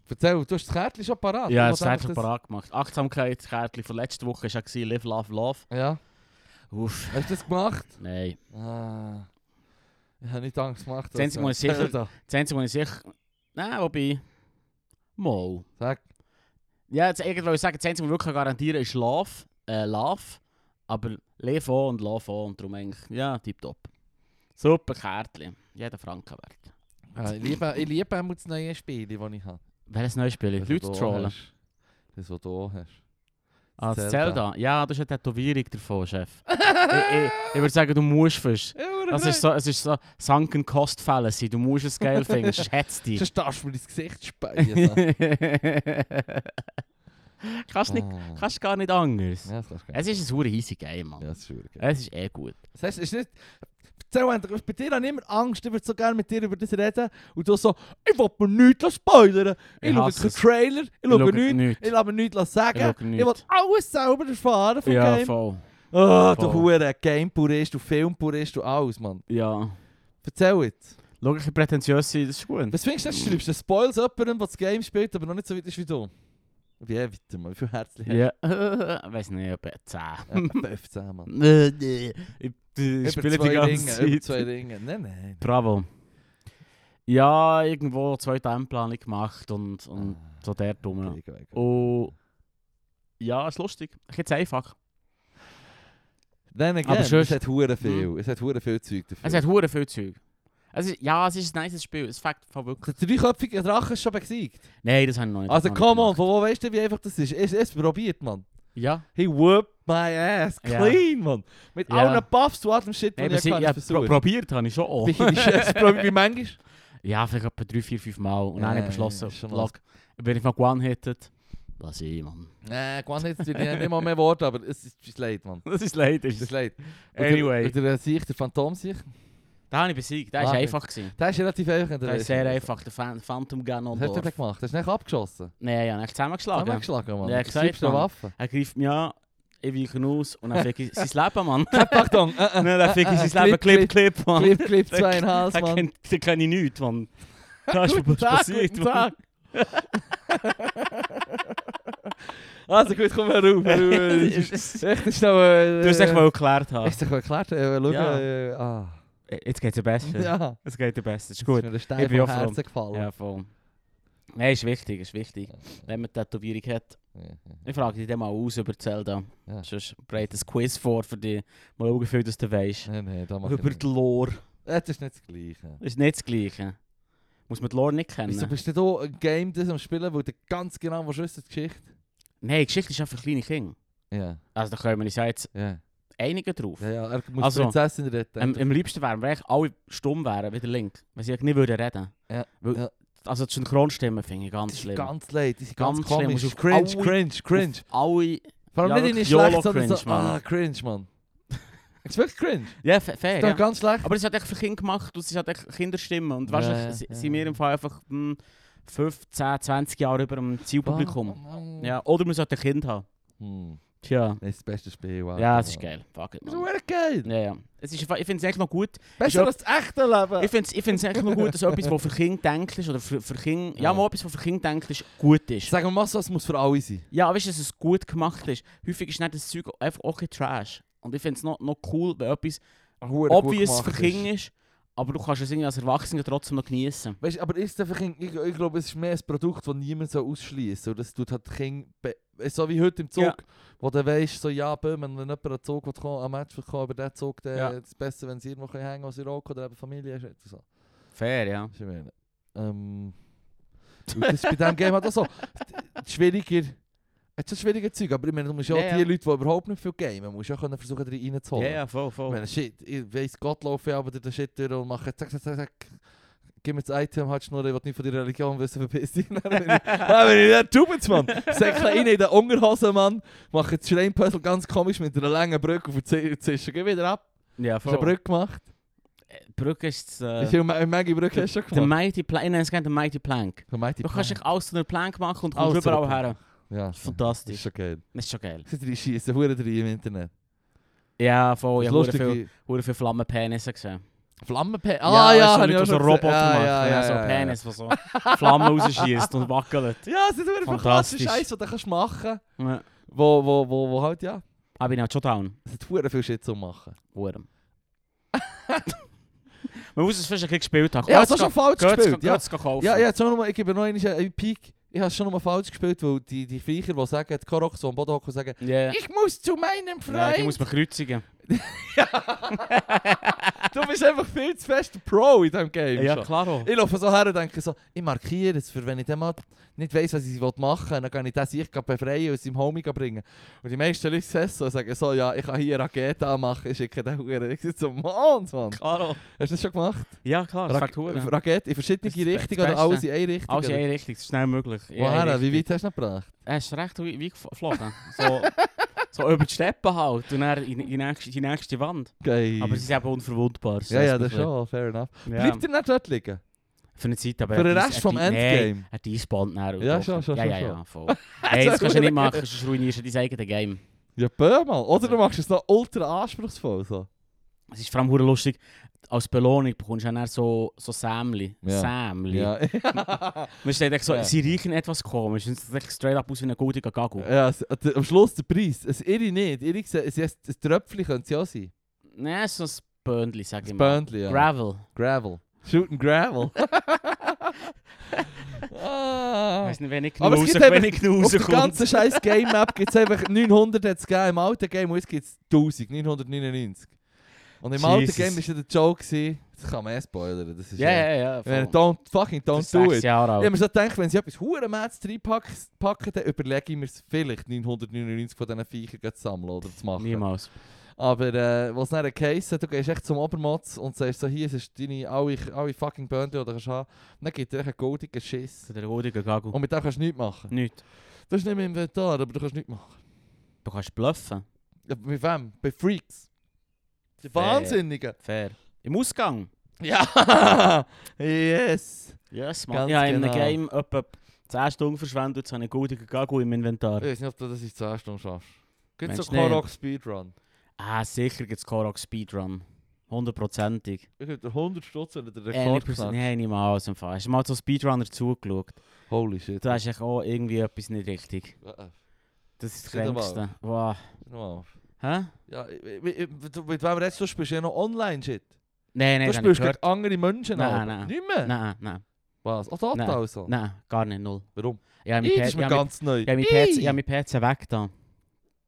A: Erzähl, du hast das Kärtchen schon parat.
B: ja,
A: Ich
B: das
A: will
B: hat
A: einfach
B: parat gemacht. Achtsamkeitskärtchen von letzter Woche war ja Live, Love, Love.
A: Ja,
B: Uff,
A: hast du das gemacht?
B: nein.
A: Ah. Ich habe nicht Angst gemacht. äh,
B: Das Einzige, was ich sicher- Das Einzige, was ich sicher... Nein, wobei... Mal.
A: Sag,
B: Ja, jetzt irgendwann sagen, das Einzige, was ich wirklich garantieren kann, ist Love. Äh, Love. Aber Live an und Love an. Und darum eigentlich, ja, tipptopp. Super Kärtchen. Jeder Franken wert.
A: äh, ich liebe, ich liebe auch das neue Spiel, das ich habe.
B: Welches neues Spiel?
A: Das,
B: Leute
A: was du
B: trollen.
A: hast. Das, was du auch hast.
B: Ah, das
A: Zelda.
B: Zelda. Ja, das ist eine Tätowierung davon, Chef. ich ich, ich würde sagen, du musst fisch.
A: Ja,
B: Das ist so, es ist so sunken cost fallacy. Du musst es geil finden. Schätz dich.
A: Sonst darfst du mir ins Gesicht speien.
B: kannst, nicht,
A: Ah.
B: kannst gar nicht anders.
A: Ja, das kannst du gerne.
B: Es ist ein hure easy Game, Mann.
A: Ja, das ist schwierig.
B: Es ist eh gut.
A: Das heißt, es ist nicht. Erzähl endlich, bei dir habe ich immer Angst, ich würde so gerne mit dir über das reden. Und du so, ich will mir nichts spoilern. Ich,
B: Ich
A: ich schaue
B: hasse
A: keinen
B: es.
A: Trailer, ich schaue
B: schaue
A: nichts,
B: nichts.
A: ich lasse mir nichts
B: Ich
A: sagen.
B: schaue
A: Ich, will
B: nichts.
A: alles selber erfahren vom
B: Ja,
A: Game.
B: voll.
A: Oh,
B: Voll.
A: du Hure, Game-Purist, du Film-Purist, du alles, Mann.
B: Ja.
A: Erzähl jetzt.
B: Schau, ich prätentiös sein, das ist gut.
A: Was findest du, das schreibst du Spoils jemandem, der das Game spielt, aber noch nicht so weit ist wie du? Wie eh weiter, Mann? Wie viel Herzlich hast
B: Ja. Weiß nicht, ob 10.
A: du? Ja, 15, Mann.
B: ich äh,
A: Über
B: spiele die
A: zwei
B: ganze
A: Ringe,
B: Zeit.
A: über zwei Ringe. Nein, nein.
B: Bravo. Ja, irgendwo zwei Timplanung gemacht und, und
A: Ah,
B: so der dumme.
A: Egal, egal.
B: Und ja, ist lustig. Ich jetzt einfach.
A: Nein,
B: Aber
A: again,
B: sonst-
A: es hat hure viel.
B: Hmm.
A: Es hat hure viel Zeug dafür.
B: Es hat hure viel Zeug. Es ist, ja, es ist ein nices Spiel. Es fängt von wirklich.
A: der dreiköpfige Drache ist schon besiegt.
B: Nein, das habe ich noch nicht.
A: Also
B: noch nicht
A: come on,
B: gemacht.
A: von wo weißt du, wie einfach das ist? Es es probiert, man.
B: Ja.
A: He whooped my ass
B: Ja.
A: clean, man. Mit
B: Ja.
A: allen Buffs und allem Shit,
B: Nein,
A: den
B: aber
A: ich
B: sie,
A: gar
B: ja,
A: nicht
B: pro
A: versucht.
B: probiert habe ich schon auch.
A: Wie viel ist es probiert, wie manchmal?
B: ja, vielleicht etwa drei, vier, fünf Mal.
A: Ja,
B: Und dann habe ich
A: ja,
B: beschlossen,
A: ist schon
B: ja, bin ich mal one-hitted. Was ich, Mann.
A: Nein, Gwan hat nicht mal mehr Worte, aber es ist, ist leid, man.
B: Das ist leid.
A: Es
B: Ist
A: ist
B: das.
A: leid.
B: Anyway.
A: Oder der Sieg, der Phantom sich.
B: Den habe ich besiegt. Der war
A: Ah,
B: einfach. Gewesen.
A: Der ist relativ einfach.
B: Der ist sehr einfach. Der Phan- Phantom
A: Was hast du denn
B: Ganondorf.
A: gemacht? Hast du nicht abgeschossen?
B: Nein, ja, er hat zusammengeschlagen.
A: Zusammengeschlagen, man.
B: Ja,
A: Ja,
B: gesagt,
A: Siebst du
B: Mann.
A: Waffe?
B: Er greift mich an, ich weiche ihn aus und dann fick ich sein Leben, Mann.
A: Achtung! äh, äh.
B: Nein, dann fick ich
A: äh,
B: sein Leben. Clip,
A: Clip,
B: Clip, Mann.
A: Clip, Clip, zwei in den
B: Da
A: Hals, man.
B: kann, da kann ich nichts, Mann. Das ist
A: Guten
B: was
A: Tag,
B: passiert,
A: guten
B: Mann.
A: Tag.
B: Ah,
A: Also gut, komm mal rauf.
B: Es
A: Echt
B: ist-
A: ist noch... Äh,
B: Du hast eh, dus- echt mal geklärt haben.
A: Ist doch geklärt. Äh, schau,
B: Ja.
A: äh, ah.
B: Jetzt geht es besser.
A: Ja.
B: Es geht dir besser, ist
A: Ist
B: gut.
A: mir der
B: ich
A: Stein
B: bin
A: vom
B: auch
A: Herzen gefallen.
B: Ja, voll. Nein, ist wichtig, ist wichtig. Wenn man die Tätowierung hat. Ich frage dich dann mal aus über Zelda.
A: Ja.
B: Sonst bereite ein Quiz vor für dich. Mal schauen, wie viel das du weißt.
A: Nein, nein, da mach ich
B: Über die
A: nicht.
B: Lore.
A: Das ist nicht das Gleiche.
B: Das ist nicht das Gleiche. Muss man die Lore nicht kennen.
A: Wieso bist du da ein Game das am Spielen, weil du ganz genau was wissen, die Geschichte?
B: Nein, die Geschichte ist einfach für kleine Kinder.
A: Ja,
B: Also da können wir uns ja jetzt
A: ja.
B: einigen drauf.
A: Ja, ja, er muss
B: Also,
A: Prinzessin retten.
B: Am, am liebsten wären wir eigentlich alle stumm wären, wie der Link. Weil sie eigentlich nicht würden reden.
A: Ja,
B: Weil,
A: ja.
B: Also die Synchronstimmen finde ich ganz
A: das
B: schlimm.
A: ist ganz leid, das ist ganz,
B: Ganz schlimm,
A: komisch.
B: musst du auf
A: Cringe,
B: alle-
A: cringe, cringe.
B: Auf Alle...
A: Vor allem
B: Ja,
A: nicht in
B: wirklich
A: schlecht,
B: YOLO
A: sondern so,
B: cringe, Mann.
A: ah, cringe, Mann. Ist wirklich cringe.
B: Ja, fa- fair.
A: Ist doch
B: ja.
A: ganz schlecht.
B: Aber es hat echt für Kinder gemacht und es hat echt Kinderstimmen. Und
A: Ja, ja,
B: wahrscheinlich si-
A: ja.
B: sind wir im Fall einfach hm, 15, 20 Jahre über dem
A: Ah,
B: Zielpublikum.
A: Mann.
B: Ja, oder man sollte ein Kind haben.
A: Hm.
B: Tja.
A: Das ist das beste Spiel. Alter,
B: Ja, es ist
A: Mann.
B: geil. Fuck it,
A: Das ist
B: man.
A: wirklich geil.
B: Ja, ja. Es ist, ich finde es echt noch gut.
A: Besser
B: auch-
A: als das echte Leben.
B: Ich finde es ich find's echt noch gut, dass etwas, was für Kinder denkt ist, oder für, für Kinder... Ja,
A: Ja.
B: mal etwas, was für Kinder denkt ist, gut ist.
A: Sagen wir mal so, es muss für alle sein.
B: Ja, weißt du, dass es gut gemacht ist. Häufig ist nicht das Zeug einfach auch ein Trash. Und ich finde es noch, noch cool, wenn etwas
A: Hure gut
B: obvious
A: gemacht
B: für Kinder ist. aber du kannst es irgendwie als Erwachsener trotzdem noch genießen.
A: Weißt, aber ist es einfach, ich, ich, ich glaube, es ist mehr ein Produkt, das niemand so ausschließen soll. Das tut halt die Kinder, be- so wie heute im Zug,
B: Ja.
A: wo du weißt, so, ja, Böhm, wenn jemand einen Zug will, kommen, ein Match will, kommen, aber der Zug, der,
B: Ja.
A: es ist besser, wenn sie irgendwo können hängen als in Irak oder eben Familie ist. So.
B: Fair, ja.
A: Weisst du, was Ich meine, ähm, und das ist bei diesem Game halt auch so. D- Schwieriger, es ist schwieriger Zeug, aber ich meine, du musst ja auch
B: Ja, ja.
A: die Leute, die überhaupt nicht viel gamen, musst ja auch können versuchen, da reinzuholen.
B: voll, voll.
A: Ich meine, shit, ich weiss, Gott laufe ich aber durch den Shit durch und mache zack, zack, zack, zack. Gib mir das Item, halt Schnurren, ich will nicht von deiner Religion wissen, verpiss dich. Dann bin ich- Dann bin ich der Tubitz, Mann. Säckle rein in den Unterhosen, Mann. Mache das Schreinpuzzle ganz komisch mit einer langen Brücke auf den Zi- Zischen. Geh wieder ab.
B: ja,
A: Hast du
B: voll.
A: eine Brücke gemacht?
B: Brücke ist
A: Wie
B: äh,
A: viel Ma- Maggie Brücke hast du schon
B: der
A: gemacht?
B: Mighty Plank. Nein, es geht der Mighty Plank.
A: Der Mighty
B: Du kannst
A: Plank.
B: echt alles zu einer Plank machen und
A: Alles
B: kommst
A: zu einer
B: überall her.
A: Ja,
B: Das ist fantastisch.
A: schon geil.
B: Das ist schon geil.
A: Sind die schießen hure drei im Internet?
B: Ja, voll.
A: Das
B: Ich
A: ist
B: habe viele,
A: lustig.
B: viele, viele Flammenpenisse gesehen.
A: Flammenpen. Ah ja,
B: so
A: hab
B: Leute, die
A: ich
B: so
A: auch schon
B: Roboter
A: gesehen. Ja,
B: machen.
A: Ja, ja,
B: so
A: ja,
B: ein Penis, der so Flammen rausschießt und wackelt.
A: Ja, ja es ist hure fantastisch.
B: Fantastisch.
A: Scheiß, was du kannst machen.
B: Ja.
A: Wo, wo, wo, wo halt ja.
B: Aber ich bin schon down.
A: Es hat hure viel Shit zu machen.
B: Wurm. Man muss es vielleicht ein bisschen gespielt haben.
A: Ich hab's auch schon falsch gespielt. Ja,
B: Götz kaufen.
A: ja, ich hab schon nochmal, ich gebe noch einen einen Peak. Ich habe schon nochmal falsch gespielt, weil die, die Viecher, die sagen, die Koroks, die am Boden hocken, sagen,
B: Ja.
A: ich muss zu meinem
B: Ja,
A: Freund.
B: die muss man kreuzigen.
A: du bist einfach viel zu fest Pro in diesem Game. schon.
B: Ja, klar.
A: Ich laufe so her und denke so, ich markiere es, für wenn ich dann mal nicht weiss, was ich machen will, dann kann ich das sich gerade befreien und es seinem Homie bringen. Und die meisten Leute sehen es so und sagen so, ja, ich kann hier eine Rakete anmachen, ich schicke den Huren. Ich sage so, Mond, Mann.
B: Klaro.
A: Hast du das schon gemacht?
B: Ja, klar. Das fängt Huren.
A: Rakete in verschiedene
B: Das ist das
A: Richtungen oder
B: Beste.
A: alles in eine Richtung?
B: Alles in
A: oder?
B: eine Richtung, so schnell möglich. In eine
A: Woher? Wie
B: Richtung.
A: weit hast du noch gebracht?
B: Hast du recht, wie, wie geflogen. So, so über die Steppen halt und dann in die nächste, die nächste Wand.
A: Geil.
B: Aber sie sind eben unverwundbar. so
A: ja, ja, das
B: ist das nicht.
A: schon, fair enough.
B: Ja.
A: Bleibt ihr nicht dort liegen?
B: Für eine Zeit, aber...
A: Für den
B: er dies-
A: Rest
B: er
A: vom
B: dies-
A: Endgame?
B: Nein, er deispawnt nachher. auch
A: Ja,
B: doch.
A: schon, schon,
B: Ja,
A: schon,
B: ja,
A: schon.
B: ja, voll. Hey, das kannst du nicht machen, sonst ruinierst du dein eigenes Game.
A: Ja, böh mal. Oder du machst es noch ultra anspruchsvoll. So.
B: Es ist vor allem hure lustig, als Belohnung bekommst du dann so, so Sämli.
A: Ja.
B: Sämli.
A: Ja.
B: Man steht echt so,
A: Ja.
B: sie riechen etwas komisch. Und es ist echt straight up aus wie ein goldiger Gagel.
A: Ja, es- äh, d- am Schluss der Preis. Es irre nicht. Irre gesehen, es ist ein Tröpfchen könnte es ja auch sein.
B: Nein, so ein Böndli, sag ich
A: Ein
B: mal.
A: Böndchen, ja. Ah.
B: Gravel.
A: Gravel. Shooting Gravel.
B: Ich
A: ah.
B: weiß nicht, wenn ich
A: Aber
B: genau
A: es gibt
B: raus- wenn
A: einfach-
B: ich genau
A: Auf der
B: rauskomme.
A: ganzen scheiß Game Map gibt es einfach 900 hat's gegeben, im alten Game und jetzt gibt es 1000, 999. Und im alten
B: Jesus.
A: Game war ja der Joke, gewesen, das kann man eh spoilern, das ist
B: Ja,
A: eh-
B: ja, ja.
A: Ich meine,
B: voll.
A: don't, fucking
B: Das ist
A: don't do
B: sechs
A: it.
B: Jahre
A: Ich habe
B: alt.
A: mir so gedacht, wenn sie etwas Hurenmätzes reinpacken, packen, dann überlege ich mir vielleicht 999 von diesen Viechern gleich zu sammeln oder zu machen.
B: Niemals.
A: Aber äh, was dann Case du gehst echt zum Obermotz und sagst so, hier, es ist deine alle, alle fucking Böndchen, die du kannst haben. Und Dann gibt er echt einen goldigen Schiss.
B: So der goldige Gagel.
A: Und mit dem kannst du nichts machen.
B: Nicht.
A: Das ist nicht im Inventar, aber du kannst nichts machen.
B: Du kannst bluffen.
A: Ja, mit wem? Bei Freaks. Die
B: Fair.
A: Wahnsinnigen.
B: Fair. Im Ausgang.
A: Ja! yes! Ganz
B: Yes, man. Ja, in
A: genau.
B: einem Game etwa 10 Stunden verschwendet, so einen goldigen Gagel im Inventar.
A: Ich weiß nicht, ob du das in 10 Stunden schaffst. Gibt so
B: Meinst du nicht?
A: Korok Speedrun?
B: Ah, sicher gibt es Korok Speedrun. Hundertprozentig.
A: Ich gebe dir 100 Stutz, wenn du den
B: Äh,
A: Rekord
B: nicht pers-
A: knackst.
B: Nein, niemals. im Fall. Hast du mal so Speedrunner zugeschaut?
A: Holy shit.
B: Da ist echt auch irgendwie etwas nicht richtig.
A: Äh, äh,
B: Das ist das
A: Nicht
B: Kränkste. Wow.
A: schau mal auf.
B: Hä?
A: nou Ja, ich- ich- ich- du- mit wem redest du? Du spielst ja noch Online-Shit.
B: Nein, nein,
A: Du
B: das hab ich
A: spielst
B: gehört.
A: gegen andere Menschen
B: Nein,
A: aber.
B: nein.
A: Nicht mehr?
B: Nein, nein,
A: Was? Oh, dort
B: Nein.
A: also?
B: nein, gar nicht, null.
A: Warum?
B: Ich habe
A: Ih, das ist mir
B: meinen
A: ganz neu.
B: PC,
A: Ih.
B: ich hab meinen PC weg da.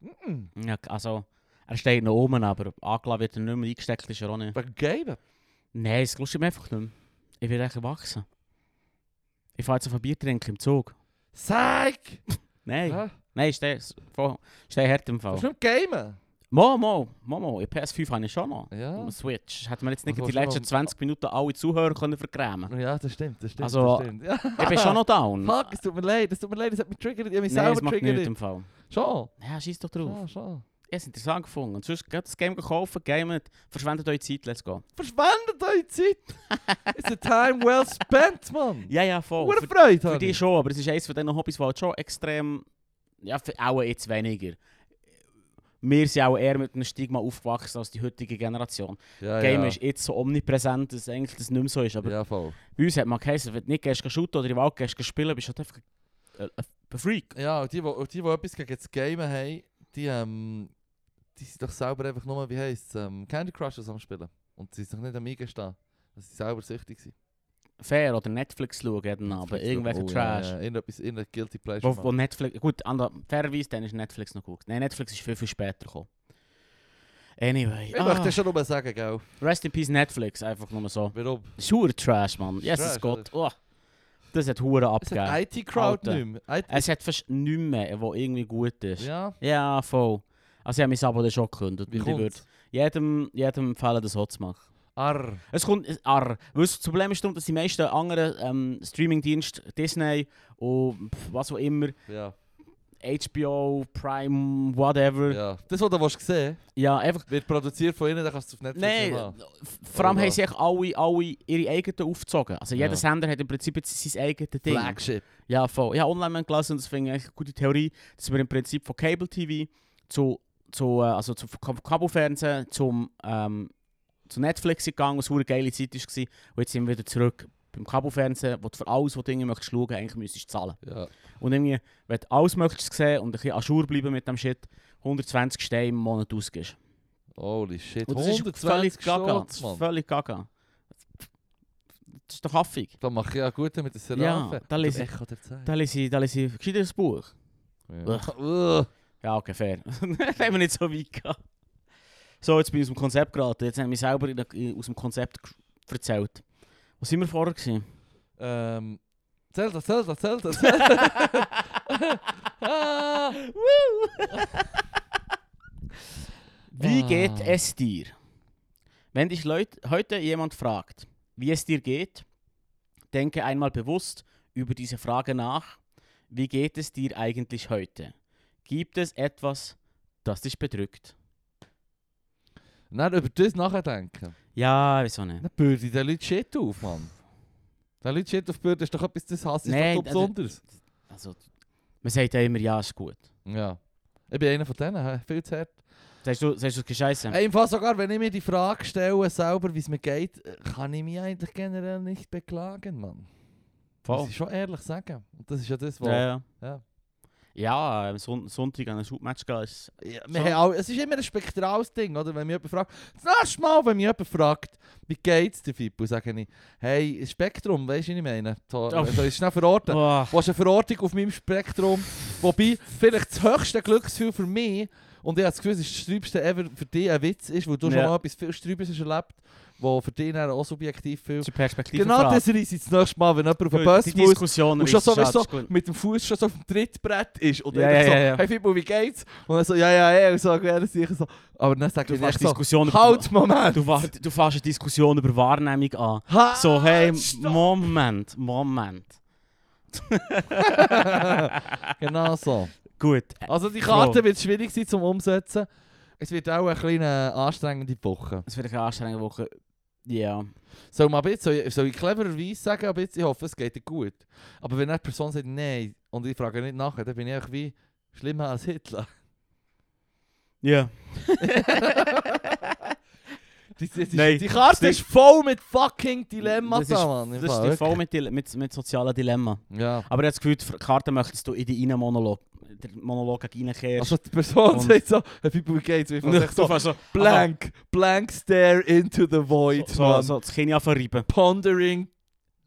A: Mm-mm.
B: Ja, also, er steht noch oben, aber angeladen wird er nicht mehr, eingesteckt ist er auch nicht.
A: Wegen Game?
B: Nein, es lustet mir einfach nicht mehr. Ich werde echt erwachsen. Ich fahre jetzt auf ein Bier trinken im Zug.
A: Sag!
B: Nein,
A: Hä?
B: nein, steh, vor- steh hart im Fall.
A: Kannst du nicht gamen?
B: Mo, mo, mo, mo, in PS5 habe ich schon noch.
A: Ja.
B: Am Switch. Hätten wir jetzt nicht
A: Was
B: die
A: willst du
B: letzten
A: noch?
B: 20 Minuten alle Zuhörer können vergrämen
A: Nou Ja, das stimmt, das stimmt,
B: Also,
A: das stimmt. Ja.
B: Ich bin schon noch down.
A: Fuck, es tut mir leid, es tut mir leid, es hat mich triggert, ich habe mich
B: Nein, es
A: selber
B: macht nichts
A: triggert.
B: im Fall.
A: Schon,
B: Ja, scheiß doch drauf.
A: schon, schon.
B: Ich habe es interessant gefunden. Und sonst geht das Game kaufen, gamet, verschwendet eure Zeit, let's go.
A: Verschwendet eure Zeit! It's a time well spent, Mann!
B: Ja, ja, voll.
A: Hure
B: Für-
A: Freude
B: Für
A: hab
B: dich
A: ich.
B: schon, aber es ist eines von diesen Hobbys, die halt schon extrem. Ja, für auch jetzt weniger. Wir sind auch eher mit einem Stigma aufgewachsen als die heutige Generation.
A: Ja,
B: Game
A: ja.
B: ist jetzt so omnipräsent, dass eigentlich das nicht mehr so ist. Aber
A: Ja, voll.
B: bei uns hat man geheißen, wenn du nicht gehst, shooten oder im Wald gehst, spielen, bist du halt einfach ein, ein- ein Freak.
A: Ja, und die, die, und die, die etwas gegen das Gamen haben, die, ähm, die sind doch selber einfach nur, wie heisst es, ähm, Candy Crush am Spielen. Und sie sind doch nicht am Eingestehen, dass sie selber süchtig sind.
B: Fair oder Netflix schauen, jeden Abend, irgendwelche
A: Oh,
B: Trash.
A: Ja, ja. Irgendetwas, irgendein Guilty Pleasure.
B: Wo, wo Netflix, gut, ander, fairerweise, dann ist Netflix noch geguckt. Nein, Netflix ist viel, viel später gekommen. Anyway,
A: ich möchte
B: ah,
A: das schon nochmal sagen, gell?
B: Rest in Peace Netflix, einfach nur so.
A: Warum?
B: Das ist verdammt Trash, Mann.
A: ist
B: Jesus
A: Trash,
B: Gott. Oh, das hat Huren
A: Es
B: abgegeben.
A: hat IT-Crowd
B: Alter.
A: nicht mehr. IT
B: Es hat fast nichts mehr, was irgendwie gut ist. Ja,
A: ja,
B: voll. Also ich habe mein Abo dann schon gekündigt.
A: wie
B: und ich würde
A: kommt's?
B: jedem, jedem empfehlen, das auch zu machen.
A: Arr.
B: Es kommt... es- Arr. Weil das Problem ist darum, dass die meisten anderen ähm, Streamingdienste, Disney und pff, was auch immer,
A: Ja,
B: HBO, Prime, whatever, ja,
A: ja. Das, was du willst sehen
B: einfach...
A: wird produziert von ihnen, dann kannst du es auf Netflix
B: Nein,
A: machen.
B: f- vor allem
A: Oder
B: haben
A: was?
B: sich alle, alle ihre eigenen aufgezogen. Also jeder
A: Ja.
B: Sender hat im Prinzip jetzt sein eigenes Ding.
A: Flagship.
B: Ja, voll. Ich habe online mal gelesen und das finde ich eigentlich eine gute Theorie, dass wir im Prinzip von Cable TV zu, zu, äh, also zu Ka- Kabelfernsehen zum, ähm, zu Netflix gegangen, was eine geile Zeit war. Und jetzt sind wir wieder zurück beim Kabelfernsehen, wo du für alles, was du irgendwie möchtest schauen, eigentlich müsstest zahlen.
A: Ja.
B: Und irgendwie, wenn du alles möchtest sehen und ein bisschen ajour bleiben mit dem Shit, 120 Steine im Monat ausgibst.
A: Holy shit.
B: Und das ist völlig
A: 120
B: gaga. Das
A: Shots,
B: ist
A: Mann.
B: völlig gaga. Das ist doch haffig.
A: Da mache ich ja gut mit der
B: Ja,
A: Seraphe.
B: da lese ich-
A: Echo der Zeit.
B: Da lese ich, da lese ich gescheiter ein Buch.
A: Ja. Ugh.
B: Ja, okay, fair. Dann haben wir nicht so weit gehabt. So, jetzt bin ich aus dem Konzept geraten. Jetzt haben wir mich selber in, in, aus dem Konzept g- erzählt. Wo sind wir vorher gewesen?
A: Ähm. Zähl das, zähl das, zähl das. zähl das. Ah.
B: Wie
A: Ah.
B: geht es dir? Wenn dich Leut heute jemand fragt, wie es dir geht, denke einmal bewusst über diese Frage nach. Wie geht es dir eigentlich heute? Gibt es etwas, das dich bedrückt?
A: Nein, über das nachdenken.
B: Ja, wieso nicht?
A: Dann bürde ich den Leuten Shit auf, Mann. Den Leuten Shit aufbürden ist doch etwas, das Hass ist
B: Nein,
A: doch
B: also-
A: besonders.
B: Also, man sagt ja immer, ja, ist gut.
A: Ja. Ich bin einer von denen, hä? viel zu hart.
B: Sagst du, sagst du das Gescheiße?
A: Ey, Im Fall sogar, wenn ich mir die Frage stelle, selber, wie es mir geht, äh, kann ich mich eigentlich generell nicht beklagen, Mann. Muss ich schon ehrlich sagen. Und das ist ja das, was...
B: Ja, ja.
A: Ja.
B: Ja, am Son Sonntag an einem Shootmatch gehen ist...
A: Ja,
B: So.
A: wir haben alle- es ist immer ein spektrales Ding, oder? Wenn mich jemand fragt, das nächste Mal, wenn mich jemand fragt, wie geht's dir, Fippo, sage ich, hey, Spektrum, weißt du, was ich meine? So,
B: Oh.
A: Soll ich schnell verorten?
B: Boah.
A: Du hast eine Verortung auf meinem Spektrum, wobei vielleicht das höchste Glücksgefühl für mich, und ich habe das Gefühl, es ist das Sträubste ever für dich ein Witz ist, weil du schon
B: Ja.
A: mal etwas viel Sträubes hast erlebt, was für dich dann auch subjektiv viel...
B: Das ist eine Perspektive.
A: Genau das ist das nächste Mal, wenn jemand auf den
B: Die
A: Bus muss,
B: Diskussion
A: und schon so,
B: schade,
A: weißt du,
B: ist gut.
A: mit dem Fuß schon so auf dem Trittbrett ist. Und
B: Ja,
A: dann
B: ja,
A: so,
B: ja, ja.
A: hey Fippo, wie geht's? Und dann so, ja, ja, ja. Und so, ja, das sicher so. Aber dann sagt
B: Du
A: er
B: fährst
A: echt so,
B: Diskussionen...
A: halt Moment.
B: Du, wart- du fährst eine Diskussion über Wahrnehmung an.
A: Ha,
B: So, hey,
A: Ah, stopp.
B: Moment, Moment.
A: genau so.
B: Gut. Äh,
A: Also die Karte wird schwierig sein zum Umsetzen. Es wird auch eine kleine anstrengende Woche.
B: Es wird eine anstrengende Woche. Ja.
A: Soll, man ab jetzt, soll, ich, soll ich clevererweise sagen, aber jetzt, ich hoffe, es geht dir gut. Aber wenn eine Person sagt nein und ich frage nicht nachher, dann bin ich einfach wie schlimmer als Hitler.
B: Ja.
A: Die, die, die,
B: Nein,
A: die Karte
B: das
A: ist voll mit fucking Dilemmas,
B: Das ist-
A: Mann. im
B: Das ist
A: Fall,
B: die voll mit, Dile- mit, mit sozialen Dilemma.
A: wirklich. Ja.
B: Aber ich habe das Gefühl, die Karte möchtest du in die Innenmonolog, den Monolog reinkehren.
A: Also die Person
B: Und-
A: sagt so, «Happy Birthday» zu mir, und ich so,
B: so,
A: blank, blank stare into the
B: so,
A: void,
B: so,
A: man.
B: so das Kinn verreiben.
A: Pondering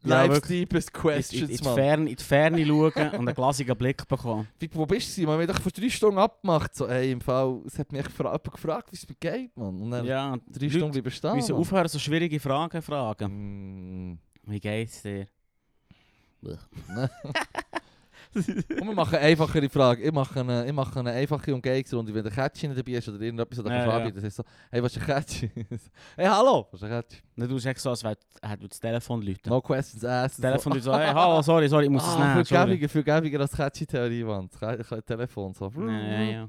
B: Ja,
A: life's
B: wirklich.
A: deepest
B: in, in, in,
A: questions,
B: die
A: man.
B: Ferne, in die Ferne schauen und einen glasigen Blick bekommen.
A: Wie, wo bist du? Man hat doch vor drei Stunden abgemacht, so «Ey, im Fall, es hat mich echt fra- jemand gefragt, wie es mir geht, man.» Und dann
B: Ja, und
A: drei
B: Leute
A: Stunden bleiben stehen,
B: müssen
A: Mann.
B: aufhören, so schwierige Fragen zu fragen.
A: Mm,
B: Wie geht's dir?
A: Und wir machen eine einfachere Frage. Ich mache eine, ich mache eine einfache Umgehungsrunde. Wenn der Kätzchen dabei ist oder irgendetwas, oder
B: Ja,
A: ja,
B: ja.
A: ja. das ist so, hey, was ist ein Kätzchen? hey, hallo, was ist ein Kätzchen?
B: Nicht, du sagst so, als hätte das Telefon läuten.
A: No questions asked.
B: Das Telefon läutet so, hey, hallo, sorry, sorry, ich muss es
A: ah,
B: nehmen.
A: viel
B: sorry.
A: gäbiger, viel gäbiger als Kätzchen-Theorie, Mann. Das Kä- Kä- Telefon so.
B: Ja, ja, ja.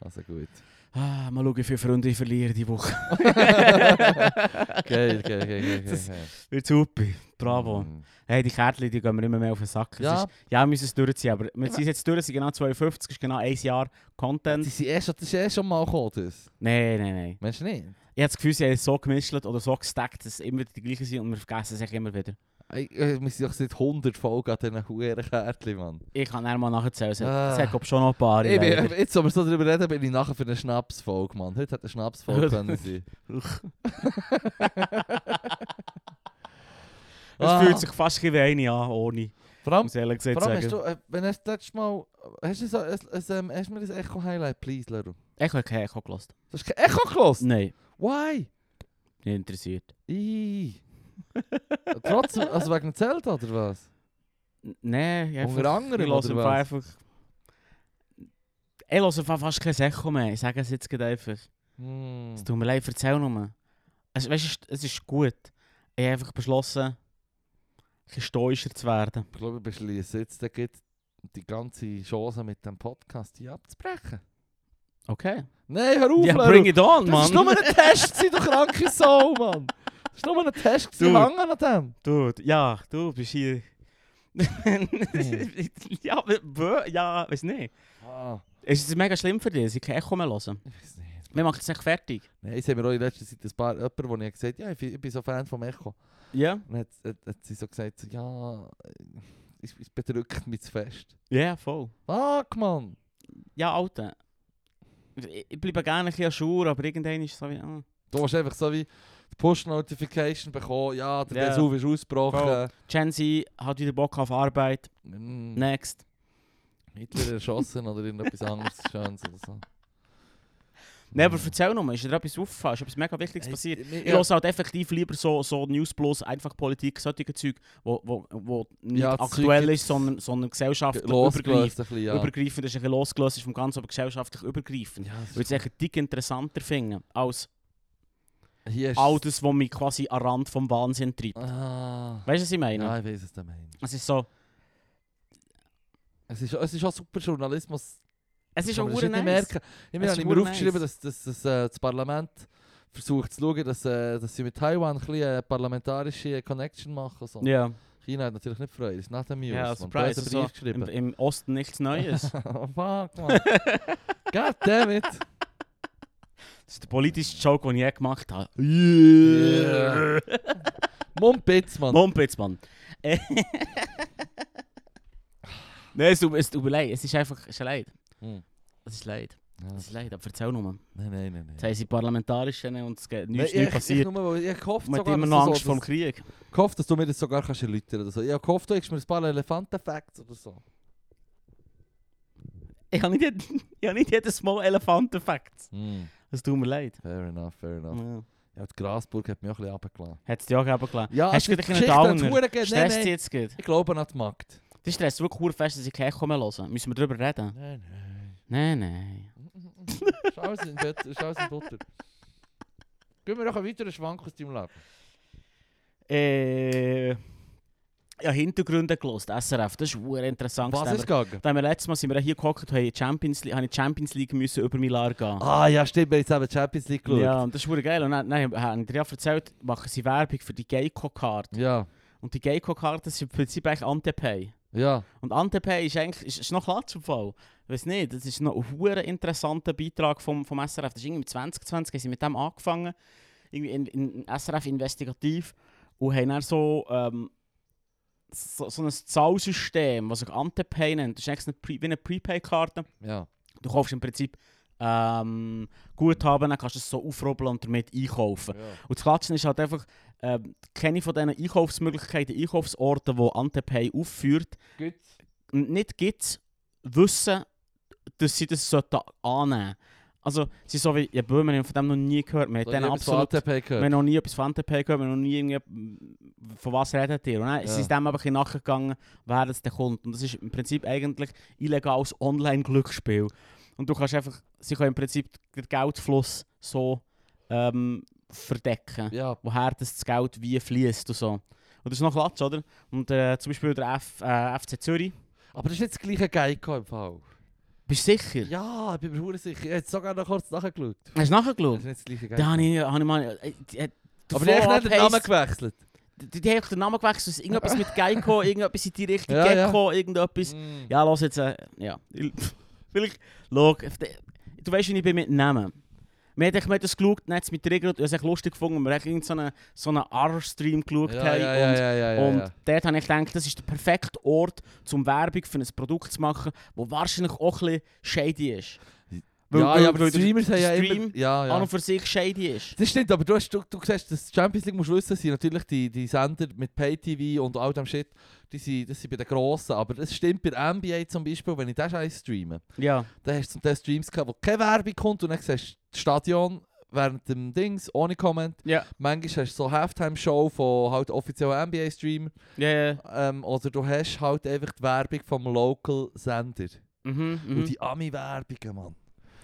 A: Also gut.
B: Ah, mal schauen, wie viele Freunde ich verliere diese Woche.
A: Geil, geil, geil, geil, geil.
B: Das-
A: geil.
B: Wird super. Bravo.
A: Mhm.
B: Hey, die Kärtchen, die gehen mir immer mehr auf den Sack. Das
A: Ja.
B: Ist, Dus ja, wir müssen es durchziehen, aber wir sind jetzt durch, es sind genau 52, ist genau ein Jahr
A: Die
B: Content.
A: sind eh schon, das ist eh schon mal gekommen, das.
B: Nein, nein, nein.
A: Meinst du nicht?
B: Ich habe das Gefühl, sie haben es so gemischt oder so gestackt, dass es immer die gleichen sind und wir vergessen es eigentlich immer wieder.
A: Ey, äh, Wir sind doch seit 100 Folgen an diesen huren Kärtchen, Mann.
B: Ich kann dann mal nachzählen. Es
A: Ah.
B: hat- es hat glaub ich, schon noch ein paar.
A: Ich bin,
B: leider.
A: jetzt, wo wir so darüber reden, bin ich nachher für eine Schnapsfolge, Mann. Heute hat eine Schnapsfolge können sein.
B: Es
A: Ah.
B: fühlt sich fast wie eine an, ohne.
A: Vor allem,
B: Muss ich ehrlich gesagt
A: vor allem hast
B: sagen.
A: du, äh, wenn hast du das letzte Mal, hast du, so, ein, ein, ähm, hast du mir das Echo-Highlight, please, Leru?
B: Ich habe keinen Echo gelassen.
A: Du hast kein Echo gehört?
B: Nein,
A: Why?
B: nicht interessiert.
A: Ih. Trotzdem, also wegen dem Zelt, oder was?
B: N- Nein, ich
A: Unter anderem,
B: ich höre
A: oder was?
B: einfach... Ich höre einfach fast kein Echo mehr. Ich sage es jetzt gerade einfach.
A: Hm.
B: Es tut mir leid, erzähl nur. Es, weißt, es ist gut. Ich habe einfach beschlossen, ein bisschen stoischer zu werden.
A: Ich glaube, ich beschließe jetzt, da gibt die ganze Chance mit dem Podcast hier abzubrechen.
B: Okay.
A: Nein, hör auf,
B: Ja,
A: Leru.
B: bring it on,
A: Das
B: Mann.
A: ist nur ein Test, sie du kranke Sau, Mann. Das ist nur ein Test, sie
B: Dude.
A: hängen an dem.
B: Dude, ja, du bist hier.
A: Nee.
B: ja, bö, ja, weiß nicht.
A: Ah,
B: Es ist mega schlimm für dich, dass ich kein Echo mehr hören.
A: ich weiß nicht.
B: Wir machen es echt fertig.
A: Nein, ich sehe mir auch in letzter Zeit ein paar jemanden, wo ich gesagt ja, ich bin- ich bin so Fan vom Echo.
B: Ja?
A: Und dann hat, hat, hat sie so gesagt, so, ja, äh, es, es bedrückt mich zu fest.
B: Ja, voll.
A: Fuck, Mann.
B: Ja, Alter. Ich ich bleibe gerne ein bisschen an Schur, aber irgendwann ist es so wie. Ah.
A: Du hast einfach so wie die Push-Notification bekommen, ja, der
B: Ja.
A: Vesuv ist ausgebrochen.
B: Gen Z hat wieder Bock auf Arbeit.
A: Mm,
B: Next.
A: Hitler erschossen oder irgendetwas anderes Schönes oder so. Mm.
B: Nein, aber erzähl nochmal, ist dir etwas aufgefallen? Ist etwas mega Wichtiges
A: Hey,
B: passiert?
A: mir-
B: Ich höre halt effektiv lieber so, so News plus, einfach Politik, solche Zeug, wo, wo, wo nicht
A: Ja, das
B: aktuell
A: Zeug
B: ist, sondern, sondern gesellschaftlich übergreifend.
A: Losgelöst ein bisschen, ja.
B: Übergreifend ist ein bisschen losgelöst ist vom Ganzen, aber gesellschaftlich übergreifend.
A: ja es
B: Ich würde es
A: ist,
B: echt dick interessanter finden, als
A: hier ist
B: all das, was mich quasi an den Rand vom Wahnsinn treibt.
A: Ah.
B: Weißt du, was ich meine?
A: Ja, ich weiß es, der meint.
B: Es ist so,
A: Es ist, es ist auch super Journalismus.
B: es ist
A: kann
B: auch
A: man das nicht
B: verdammt nice.
A: merken. Ich meine,
B: Es
A: ich habe
B: ist
A: immer
B: verdammt
A: aufgeschrieben,
B: nice.
A: dass, dass, dass äh, das Parlament versucht zu schauen, dass, äh, dass sie mit Taiwan ein bisschen äh, parlamentarische äh, Connection machen. und So.
B: Ja,
A: China hat natürlich nicht Freude, das ist nach dem News.
B: ja
A: Mann.
B: surprise.
A: Böser Brief
B: Also, im,
A: geschrieben.
B: Im Osten nichts Neues.
A: oh, fuck, man. God damn it.
B: das ist der politische Joke, den ich je gemacht habe.
A: Yeah. Mumpitz, Mann.
B: Mumpitz, Mann. Äh. Nein, es tut, es tut mir leid. Es ist einfach, es ist leid.
A: Hm.
B: Es ist leid.
A: Ja,
B: Es ist leid, aber erzähl nur.
A: nein, nein, nein. nein.
B: Jetzt haben sie Parlamentarischen und es geht
A: Nein,
B: nichts
A: ich,
B: neu
A: Ich,
B: passiert.
A: nur, weil ich hoffe
B: Man hat
A: sogar,
B: immer
A: dass
B: noch
A: du
B: Angst
A: so,
B: vor dem
A: dass-
B: Krieg.
A: Ich hoffe, dass du mir das sogar kannst erläutern kannst. So. Ich hoffe, du gibst mir ein paar Elefanten-Facts oder so.
B: Ich habe nicht, jed- ich habe nicht jedes Mal Elefanten-Facts.
A: Hm.
B: Es tut mir leid.
A: Fair enough, fair enough.
B: Ja.
A: Ja, die Grasburg hat mich auch ein bisschen runtergelassen.
B: Hat es dir auch gegeben gelassen.
A: Ja,
B: Hast du
A: also
B: gerade
A: die
B: einen
A: Geschichte hat's
B: Downer?
A: verdammt gegeben. Nein,
B: Stresst
A: nein.
B: dich jetzt gut?
A: Ich glaube an die Magd.
B: Das stresst wirklich verdammt fest, dass ich keinen kommen hören. Müssen wir darüber reden?
A: Nein, nein.
B: Nein, nein.
A: Schau es in Butter. Schau es in Butter. Gib mir noch einen weiteren Schwank aus deinem Leben.
B: Äh... Ja, Hintergründe gelost, SRF. Das ist verdammt interessant.
A: Was
B: gewesen,
A: ist gegangen?
B: Da haben wir letztes Mal sind wir hier gehockt und haben Champions League, habe ich Champions League müssen über Milan gehen.
A: Ah ja, stimmt, wir haben jetzt eben die Champions League geschaut.
B: ja, und das ist hure geil. Und dann, dann haben dir ja erzählt, machen sie Werbung für die Geico-Karte.
A: Ja,
B: Und die Geico-Karte sind im Prinzip eigentlich Antepay.
A: ja.
B: Und Antepay ist eigentlich ist, ist noch klar zum Fall. Weiß nicht, das ist noch ein hure interessanter Beitrag vom, vom SRF. Das ist irgendwie 2020 haben sie mit dem angefangen, irgendwie in, in SRF investigativ und haben dann so, ähm, so, so ein Zahlsystem, was sich Antepay nennt. Das ist eigentlich eine Pre- wie eine Prepaid-Karte.
A: ja.
B: Du kaufst im Prinzip ähm, Guthaben, dann kannst du es so aufrubbeln und damit einkaufen.
A: ja.
B: Und das Klatschen ist halt einfach, ähm, keine von diesen Einkaufsmöglichkeiten, Einkaufsorten, die Antepay aufführt,
A: Gut.
B: n- nicht gibt, wissen, dass sie das sollten annehmen sollten. Also, sie so wie, ja, Böhmen haben von dem noch nie gehört. Wir haben
A: So,
B: denen
A: ich hab so
B: absolut,
A: ATP
B: wir haben
A: gehört.
B: noch nie etwas von Antepay gehört, wir haben noch nie irgendwie, mm, von was redet ihr? Und dann
A: Ja.
B: sind sie dem aber ein bisschen nachgegangen, wer das denn kommt. Und das ist im Prinzip eigentlich illegales Online-Glücksspiel. Und du kannst einfach, sie können im Prinzip den Geldfluss so ähm, verdecken,
A: Ja,
B: woher das, das Geld wie fließt und so. Und das ist noch Klatsch, oder? Und äh, zum Beispiel der F, äh, FC Zürich.
A: aber das ist nicht das gleiche Geico im Fall.
B: Bist du sicher?
A: Ja, ich bin mir verdammt sicher. Ich habe sogar noch kurz nachgeschaut.
B: Hast du
A: Das
B: nachgeschaut?
A: ist nicht das gleiche
B: Da
A: Geico.
B: habe ich, hab ich mal... Äh, äh, der
A: Aber ich habe
B: Vorab
A: nicht den Namen
B: heisst-
A: gewechselt.
B: Die, die haben den Namen dus gewechselt. Irgendetwas mit Geico, irgendetwas in die Richtung
A: Ja, ja.
B: Gecko, irgendetwas.
A: Mm.
B: Ja, los jetzt. Äh, ja. Vielleicht, schau, auf die- du weißt, wie ich bin mit Namen. Wir haben echt mal das geschaut, dann hat es mich triggert und ich habe es echt lustig gefunden. Wir haben irgend so einen so eine eh, R-Stream geschaut.
A: Ja,
B: haben
A: ja, ja,
B: und
A: ja, ja, ja,
B: und
A: ja.
B: dort habe ich gedacht, das ist der perfekte Ort, um Werbung für ein Produkt zu machen, das wahrscheinlich auch ein bisschen shady ist. Weil-
A: ja,
B: weil-
A: ja, aber
B: weil
A: die Streamers haben ja
B: Stream
A: immer... Ja,
B: an
A: ja.
B: und für sich shady ist.
A: Das stimmt, aber du, hast, du, du siehst, dass die Champions League musst du wissen, sind natürlich die, die Sender mit Pay-TV und all dem Shit, die sind, das sind bei den Grossen. Aber das stimmt bei NBA zum Beispiel, wenn ich das Scheiß streame,
B: Ja,
A: dann hast du zum Teil Streams gehabt, wo keine Werbung kommt und dann siehst du das Stadion während dem Dings, ohne Comment.
B: ja,
A: Manchmal hast du so Halftime-Show von halt offiziellen NBA-Stream
B: ja. ja.
A: ähm, oder du hast halt einfach die Werbung vom Local-Sender.
B: Mhm, mhm.
A: Und die Ami-Werbungen, Mann.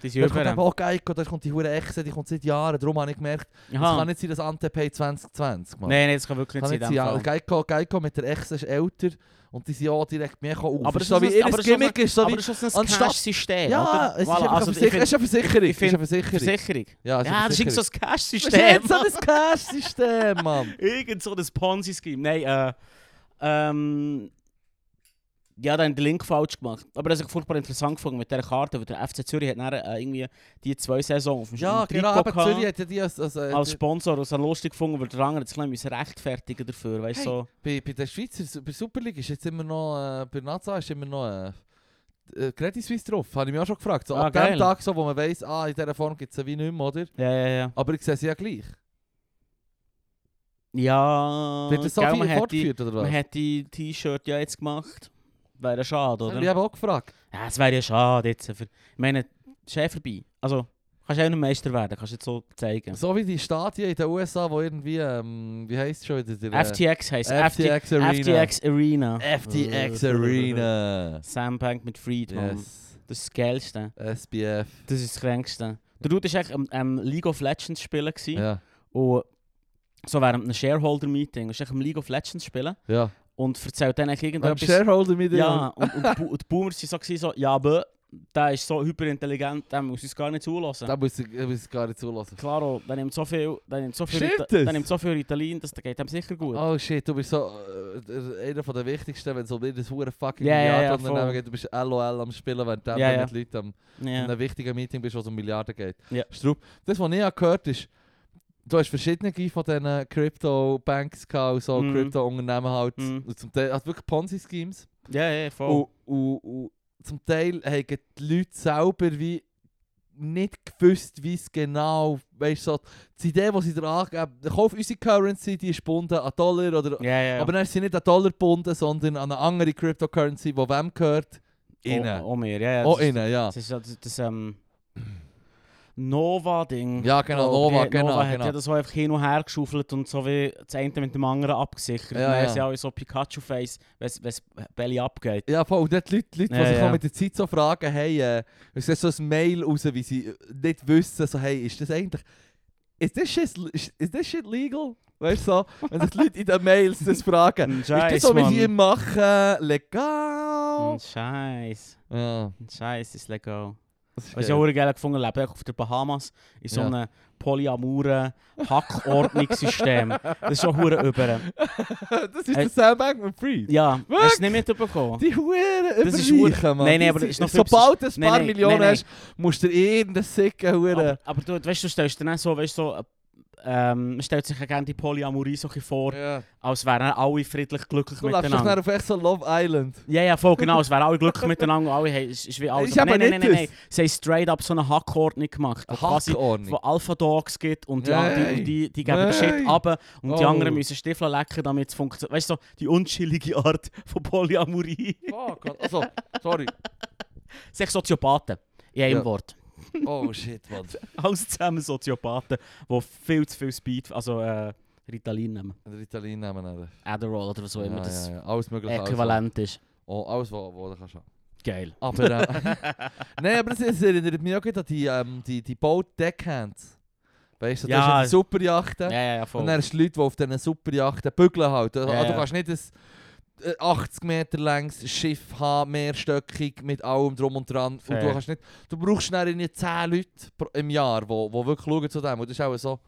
B: die sind
A: Da kommt eben
B: überall.
A: auch Geico, da kommt die hure Echse, die kommt seit Jahren, darum habe ich gemerkt,
B: Aha.
A: es kann nicht sein, dass Antepay 2020 macht.
B: Nein, nein, das kann wirklich
A: kann
B: nicht
A: nicht
B: sein.
A: sein.
B: in
A: Ja,
B: dem Fall.
A: Geico, Geico mit der Echse ist älter und die sind auch direkt mehr auf.
B: Aber
A: ist
B: das
A: so wie
B: ist- aber
A: ihr
B: das ist
A: Gimmick ist, so
B: aber
A: wie...
B: das ist also ein
A: anstatt-
B: Cash-System,
A: Ja,
B: oder?
A: es ist
B: Voilà,
A: einfach eine
B: also ich
A: Versicherung.
B: find-
A: Es ist eine Also Versicherung. Es ist eine Versicherung.
B: Versicherung.
A: Ja, es ist eine
B: Ja, das ist irgend so
A: Versicherung.
B: ein
A: Das ist
B: Cash-System.
A: jetzt so ein Cash-System, Mann.
B: Irgend so ein Ponzi-Scheme. Nein, äh, ähm, ja, da haben den Link falsch gemacht. Aber das habe ich furchtbar interessant gefunden mit dieser Karte, weil der FC Zürich hat dann, äh, irgendwie die zwei Saisons auf dem
A: Ja,
B: Trikot
A: genau, aber
B: gehabt
A: Zürich hat ja die als... als, äh,
B: als Sponsor. Und Das habe ich lustig gefunden, weil der andere jetzt ein bisschen rechtfertigen dafür, weißt
A: Hey.
B: du? so.
A: Bei, bei der Schweizer Su- bei Super League ist jetzt immer noch, äh, bei Naza ist immer noch äh, äh, Credit Suisse drauf, habe ich mich auch schon gefragt. So,
B: Ah,
A: ab
B: geil.
A: dem Tag, so, wo man weiss, ah, in dieser Form gibt es ja wie nicht mehr, oder?
B: Ja, ja, ja.
A: Aber ich sehe sie ja gleich.
B: Ja,
A: Wird das so
B: Ah, gell,
A: viel
B: man hat die-
A: fortgeführt, oder was?
B: Man hat die T-Shirt ja jetzt gemacht. Wäre ja schade,
A: Das
B: oder?
A: habe ich eben auch gefragt.
B: Ja, es wäre ja schade jetzt. Für, ich meine, es ist eh vorbei. Also, kannst du auch nicht Meister werden, kannst du jetzt so zeigen.
A: So wie die Stadien in den USA, wo irgendwie, ähm, wie heisst es schon wieder? Der, äh,
B: FTX heisst FTX,
A: FTX Arena. Eh. FTX
B: FTX Arena.
A: Arena.
B: Sam Bank mit Friedman.
A: Yes.
B: Das ist das Geilste.
A: SBF.
B: Das ist das Kränkste. Der Dude war echt am, am League of Legends spielen. gewesen.
A: Ja.
B: Und so während einem Shareholder-Meeting. ist echt am League of Legends spielen
A: Ja.
B: und erzählt dann eigentlich
A: Beim
B: irgendetwas.
A: Shareholder mit
B: Ja, und, und, die Bu- und die Boomers waren so, gewesen, so ja, aber der ist so hyperintelligent, der muss uns gar nicht zulassen.
A: Da muss ich, muss ich gar nicht zulassen.
B: Klaro, der nimmt so viel, der nimmt so viel,
A: Stimmt
B: Rita- der
A: es?
B: nimmt so viel Ritalin, das geht ihm sicher gut.
A: Oh shit, du bist so äh, der- einer von der wichtigsten, wenn es um jedes hure fucking
B: Ja, ja, ja,
A: Milliardenunternehmen
B: voll.
A: geht. Du bist LOL am Spielen, während du
B: Ja, ja.
A: mit Leuten am, in
B: ja.
A: einem wichtigen Meeting bist, wo es um Milliarden geht.
B: Ja.
A: Strupp. Das, was ich auch gehört ist, du hast verschiedene von diesen Crypto-Banks gehabt, und so
B: Mhm.
A: Crypto-Unternehmen halt.
B: Mhm.
A: Und zum Teil, also wirklich Ponzi-Schemes.
B: ja, ja, voll.
A: Und, und, und zum Teil haben die Leute selber wie nicht gewusst, wie es genau, weißt so, die Idee, die sie dir angeben, kauf unsere Currency, die ist gebunden an Dollar oder...
B: ja, ja.
A: Aber dann ist sie nicht an Dollar gebunden, sondern an eine andere Cryptocurrency, die wem gehört? Innen.
B: Oh, oh mehr, ja, ja.
A: Oh,
B: das ist-
A: innen, ja.
B: Das ist ja das, das ähm, Nova-Ding.
A: Ja, genau,
B: Oh,
A: Nova,
B: die-
A: genau,
B: hat ja
A: genau.
B: das so einfach hin und her geschaufelt und so wie das eine mit dem anderen abgesichert.
A: Ja,
B: Ja,
A: ja.
B: ja. auch so Pikachu-Face, wenn es Belly abgeht.
A: Ja, voll. Und dann die Leute, die Leute, die
B: Ja,
A: sich
B: ja.
A: auch mit der Zeit so fragen, hey, äh, es ist so ein Mail raus, wie sie äh, nicht wissen, so, hey, ist das eigentlich, is this shit, is, is this shit legal? Weißt du, so, wenn sich die Leute in den Mails das fragen,
B: Ein
A: ist das
B: Scheiß,
A: so, wie
B: Mann.
A: sie machen, legal?
B: Ein Scheiß,
A: Ja,
B: ein Scheiß ist legal.
A: das ist
B: Was ich
A: geil.
B: auch geil gefunden habe, lebe ich auf den Bahamas in so
A: Ja.
B: einem polyamuren Hackordnungssystem. das ist schon hure über.
A: Das ist
B: Äh,
A: der Sam Bankman Fried.
B: Ja,
A: Wirklich?
B: hast du nicht mitbekommen?
A: Die Huren
B: Das ist
A: überreichen, Mann.
B: Nein, nein,
A: Die
B: aber das
A: sind-
B: ist noch viel-
A: Sobald du ein
B: Nein,
A: paar
B: nein,
A: Millionen
B: nein,
A: hast, musst du dir irgendeinen sicken Huren...
B: Aber, aber du, weißt, du stellst dir dann so, weißt, so äh, ähm, man stellt sich ja gerne die Polyamorie so ein bisschen vor,
A: Ja.
B: als wären alle friedlich glücklich
A: Du läufst doch
B: miteinander.
A: dann auf echt so Love Island.
B: Ja, ja, voll genau, es wären alle glücklich miteinander, alle hey, es ist wie alles.
A: Ist aber
B: nein, nein,
A: nicht
B: nein, nein, nein, sie haben straight up so eine Hackordnung gemacht. wo quasi
A: Hackordnung.
B: von Alpha Dogs gibt und die, anderen-
A: Nein.
B: und die, die geben
A: Nein.
B: den Shit ab und die
A: Oh.
B: anderen müssen Stiefel lecken, damit es funktioniert. Weißt du, so die unschillige Art von Polyamorie.
A: Oh Gott, also, sorry.
B: Sech Soziopathen, in einem
A: Ja.
B: Wort.
A: Oh shit, Mann.
B: Alles zusammen Soziopathen, die viel zu viel Speed, also äh, Ritalin nehmen.
A: Oder Ritalin nehmen. Oder?
B: Adderall oder was auch immer
A: ja,
B: das
A: ja, ja. Alles mögliche. alles, was-
B: äquivalent ist.
A: Oh, alles, was was du kannst haben.
B: Geil.
A: Aber, äh, nein, aber das, das erinnert mich auch gerade an die, ähm, die, die Boat Deckhands. Weißt du, das
B: Ja.
A: sind die Superjachten.
B: Ja, ja, ja,
A: Und
B: voll.
A: dann hast du Leute, die auf diesen Superjachten bügeln halt. Also,
B: Ja,
A: Du
B: ja.
A: kannst nicht ein äh, 80 Meter langes Schiff haben, mehrstöckig, mit allem drum und dran. Und du,
B: Fair.
A: kannst nicht, du brauchst dann irgendwie 10 Leute pro- im Jahr, die wo, wo wirklich schauen zu dem. Und das ist auch so,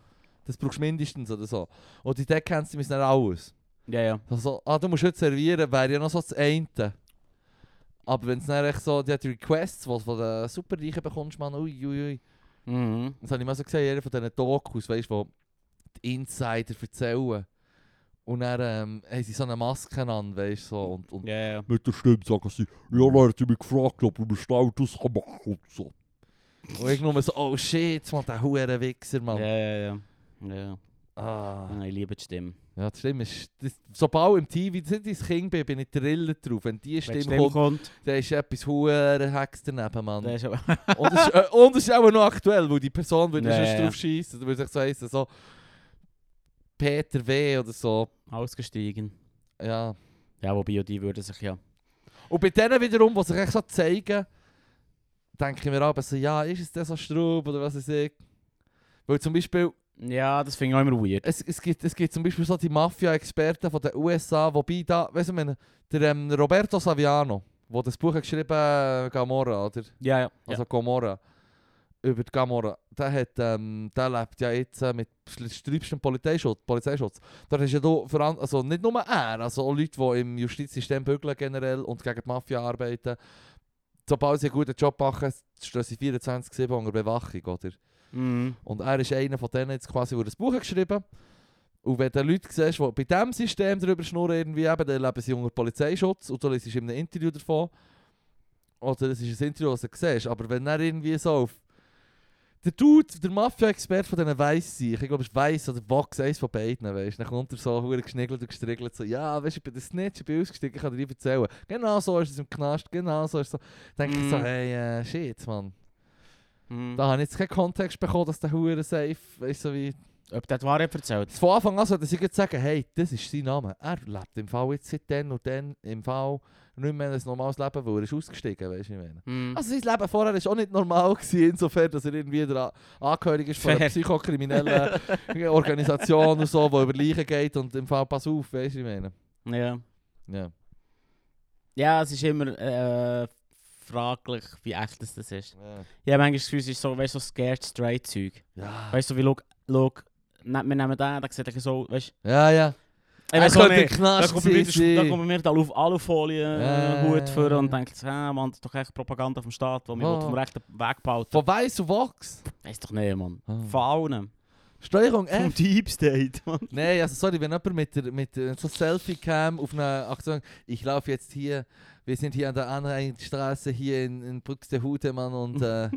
A: das brauchst du mindestens oder so. Und die Deckhands die müssen dann alles.
B: Ja, ja.
A: Also, ah, du musst heute servieren, wäre ja noch so das eine. Aber wenn es dann echt so, die hat Requests, die du von den Superreichen bekommst, man, ui, ui, ui.
B: Mhm.
A: Das habe ich mal so gesehen, jeder von diesen Dokus, weißt du, wo die Insider erzählen. Und dann ähm, haben sie so eine Maske an, weißt du, so. Und, und
B: Ja, ja.
C: Mit der Stimme sagen sie, ja, Leute, ich mich gefragt, ob wir schnell das machen und so.
A: Und ich nur so, oh shit, man, der hure Wichser,
B: Ja,
A: Mann.
B: ja, ja. ja. ja.
A: Ah.
B: Ah, ich liebe die Stimme.
A: Ja, die Stimme ist... Das, sobald im TV, seit ich ein Kind bin, bin ich drillt drauf. Wenn die
B: Wenn die
A: Stimme,
B: Stimme
A: kommt,
B: kommt,
A: dann ist etwas hure Hex daneben, Mann.
B: dann ist aber...
A: und, es ist, äh, und es ist auch noch aktuell, weil die Person würde
B: Ja,
A: sonst
B: ja.
A: drauf schießen, würde sich so heissen, so... Peter W. oder so.
B: Ausgestiegen.
A: Ja...
B: Ja, wobei ja die würden sich ja...
A: Und bei denen wiederum, die sich echt so zeigen, denke ich mir aber so, ja, ist es denn so Straub oder was weiß ich. Weil zum Beispiel,
B: Ja, das finde ich auch immer weird.
A: es, es, gibt, es gibt zum Beispiel so die Mafia-Experten von den USA, wobei da, weißt du, ich meine, der ähm, Roberto Saviano, der das Buch hat geschrieben äh, Gamora, oder?
B: Ja, ja.
A: Also Gomorra. Über die Gamora. Der, hat, ähm, der lebt ja jetzt äh, mit schl- strübstem Polizeischutz. Polizeischutz. Da hast ja du vor allem, also nicht nur er, also auch Leute, die im Justizsystem bügeln generell und gegen die Mafia arbeiten. Sobald sie einen guten Job machen, stehen sie 24-7 unter Bewachung, oder?
B: Mhm.
A: Und er ist einer von denen, jetzt quasi, der das Buch hat geschrieben Und wenn du Leute siehst, die bei diesem System drüber schnurren, irgendwie, eben, dann leben sie unter Polizeischutz und du liest ihm ein Interview davon. Oder es ist ein Interview, das du siehst. Aber wenn er irgendwie so auf... Der Dude, der Mafia-Experte von diesen weiss sein, ich glaube, es ist weiss oder Vox, eins von beiden, weißt du. Dann kommt er so verdammt geschniggelt und gestriegelt, so, ja, weißt du, ich bin der Snitch, ich bin ausgestiegen, ich kann dir nicht erzählen. Genau so ist es im Knast, genau so ist es so. Dann denke ich so,
B: Mm.
A: hey, äh, shit, Mann.
B: Mhm.
A: Da habe ich jetzt keinen Kontext bekommen, dass der Hure safe, weißt du, so wie...
B: Ob der die Wahrheit erzählt?
A: Von Anfang an sollte sie gleich sagen, hey, das ist sein Name. Er lebt im Fall jetzt seit dann und dann im Fall nicht mehr ein normales Leben, weil er ist ausgestiegen, weißt du, wie ich meine.
B: Mhm.
A: Also sein Leben vorher war auch nicht normal, gewesen, insofern, dass er irgendwie der A- Angehörig ist von einer
B: Fair.
A: psychokriminellen Organisation und so, die über Leichen geht und im Fall pass auf, weißt du, wie ich meine.
B: Ja.
A: Ja.
B: ja, es ist immer äh, fraglich, wie echt das das ist.
A: Ja.
B: Ja, manchmal das Gefühl, es ist so, weißt du, so scared straight Zeug.
A: Ja,
B: Weißt du, wie, look, look, ne, wir nehmen den, der sieht ein bisschen so, weißt
A: ja. ja.
B: du...
A: Er
B: weiss auch
A: könnte
B: nicht.
A: im
B: Da
A: Knast
B: kommt bei mir
A: sein.
B: der- da kommt bei mir der Alu Alufolie
A: Ja,
B: äh, Hut vor
A: ja,
B: und
A: ja.
B: denkt, ah, man, das ist doch echt Propaganda vom Staat, die mich
A: Oh.
B: will vom rechten Weg baut.
A: Von Weiss und Vox.
B: Weiß doch nicht, Mann.
A: Ah.
B: Von allen.
A: Steuerung F.
B: Vom Deep State, Mann.
A: Nein, also sorry, wenn jemand mit, der, mit der- so Selfie-Cam auf einer Aktion, ich laufe jetzt hier, wir sind hier an der Anheinstraße hier in, in Buxtehude, Mann, und äh,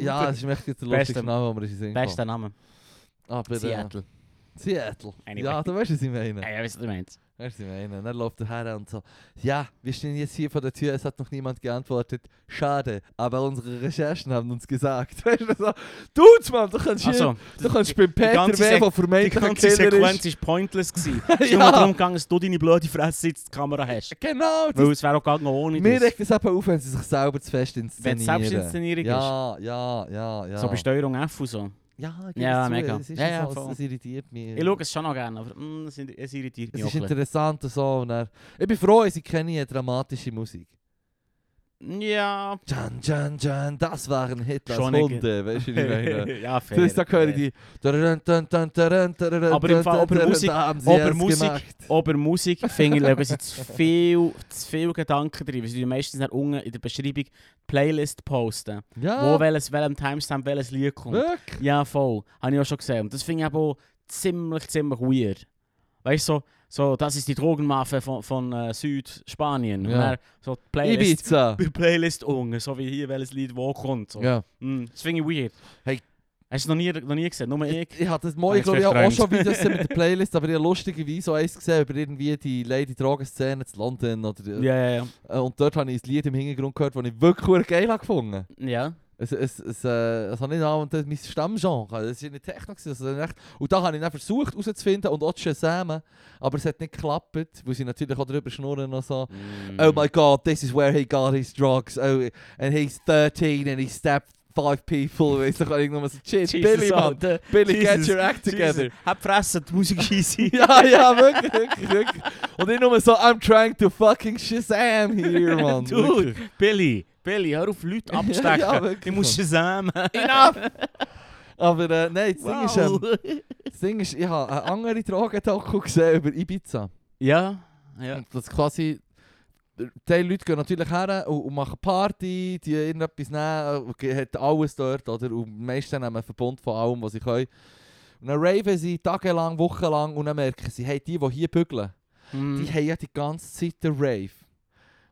A: ja, das ist mir echt jetzt der lustigste
B: Bester.
A: Name, den wir uns sehen
B: Bester Name.
A: Aber, äh,
B: Seattle.
A: Seattle.
B: Anyway. Äh.
A: Ja, du weißt, was ich meine.
B: Ja, ja, weißt du, was du meinst.
A: Weißt du, was ich meine? Dann läuft er her und so, ja, wir stehen jetzt hier vor der Tür, es hat noch niemand geantwortet, schade, aber unsere Recherchen haben uns gesagt. Weißt du, so, Dudes, Mann, du kannst hier,
B: Also,
A: du kannst beim Peter
B: ganze
A: W.,
B: Sek-
A: der
B: die
A: vermeintlich ein
B: ganze
A: Killer ist.
B: Sequenz war pointless. gewesen. Es ist
A: Ja.
B: nur darum gegangen, dass du deine blöde Fresse jetzt in die Kamera hast.
A: Genau, das
B: Weil es wäre auch gegangen ohne
A: Mir
B: das.
A: regt es eben auf, wenn sie sich selber zu fest inszenieren.
B: Wenn es Selbstinszenierung
A: ja, ja, ja, ja.
B: So bei Steuerung F und so.
A: ja, ich
B: Ja,
A: ja,
B: mega.
A: Es, ist
B: Ja, ja,
A: so, es,
B: voll.
A: es irritiert mich.
B: Ich schaue es schon noch gerne, aber mm, es es irritiert
A: es
B: mich auch
A: ist
B: ein bisschen.
A: interessant und so. Und er, ich bin froh, sie kennen ja dramatische Musik.
B: Ja.
A: Jan, Jan, Jan, das waren Hitlers
B: Schon nicht-
A: Hunde, weißt du, wie ich meine?
B: ja, fair.
A: Das ist, da höre ich
B: fair.
A: die... Aber
B: Aber im Fall- aber Musik-
A: haben sie
B: aber
A: es
B: Musik-
A: gemacht.
B: Aber Musik, finde ich, legen sie zu viel, zu viel Gedanken drin. weil Sie tun meistens nach unten in der Beschreibung die Playlist posten, wo
A: Ja,
B: welches, welchem Timestamp welches Lied kommt.
A: Ah. wirklich.
B: Ja, voll. Habe ich auch schon gesehen. Und das finde ich aber auch ziemlich, ziemlich weird. Weißt du, so, so, das ist die Drogenmafia von, von äh, Südspanien.
A: Ja.
B: Und dann so die Playlist,
A: Ibiza.
B: die Playlist unten, so wie hier welches Lied wo kommt. So.
A: Ja.
B: Mm, das finde ich weird.
A: Hey.
B: Hast du es noch nie, noch nie gesehen? Nur ich?
A: Ich, ich hatte das Mal, ich
B: Habe
A: glaube, ich
B: ich
A: habe auch
B: verdrängt.
A: schon Videos gesehen mit der Playlist, aber ich habe lustigerweise so eins gesehen über irgendwie die Lady Drogenszene in London. Oder,
B: Ja, ja, ja.
A: äh, und dort habe ich ein Lied im Hintergrund gehört, das ich wirklich verdammt geil habe gefunden
B: Ja.
A: Es, es, es, äh, das habe ich dann das- mein Stammgenre. Das war nicht Techno. gewesen, Das war echt, und da habe ich dann versucht herauszufinden und auch zu zusammen. Aber es hat nicht geklappt, weil sie natürlich auch drüber schnurren und so. Oh
B: Mm.
A: my god, this is where he got his drugs. Oh, and he's 13 and he stabbed five people. Weißt du, ich irgendwie nur so, shit, Billy,
B: oh,
A: man. Billy, get your act together.
B: Hab fressen, die Musik easy.
A: ja, ja, wirklich, wirklich, wirklich. Und ich nur so, I'm trying to fucking Shazam here, man.
B: Dude.
A: Wirklich.
B: Billy, Billy, hör auf, Leute abstechen.
A: Ja, wirklich,
B: ich muss zusammen.
A: Enough! Aber äh, nein, das Ding ist, ähm,
B: Wow.
A: das Ding ist, ich habe eine andere Drogendoku gesehen über Ibiza.
B: Ja, ja.
A: Und das quasi... Die Leute gehen natürlich her und, und machen Party, die irgendetwas nehmen, und ge- hat alles dort, oder? Und die meisten nehmen einen Verbund von allem, was sie können. Und dann raven sie tagelang, wochenlang und dann merken sie, hey, die, die hier bügeln,
B: Mhm.
A: die haben ja die ganze Zeit den Rave.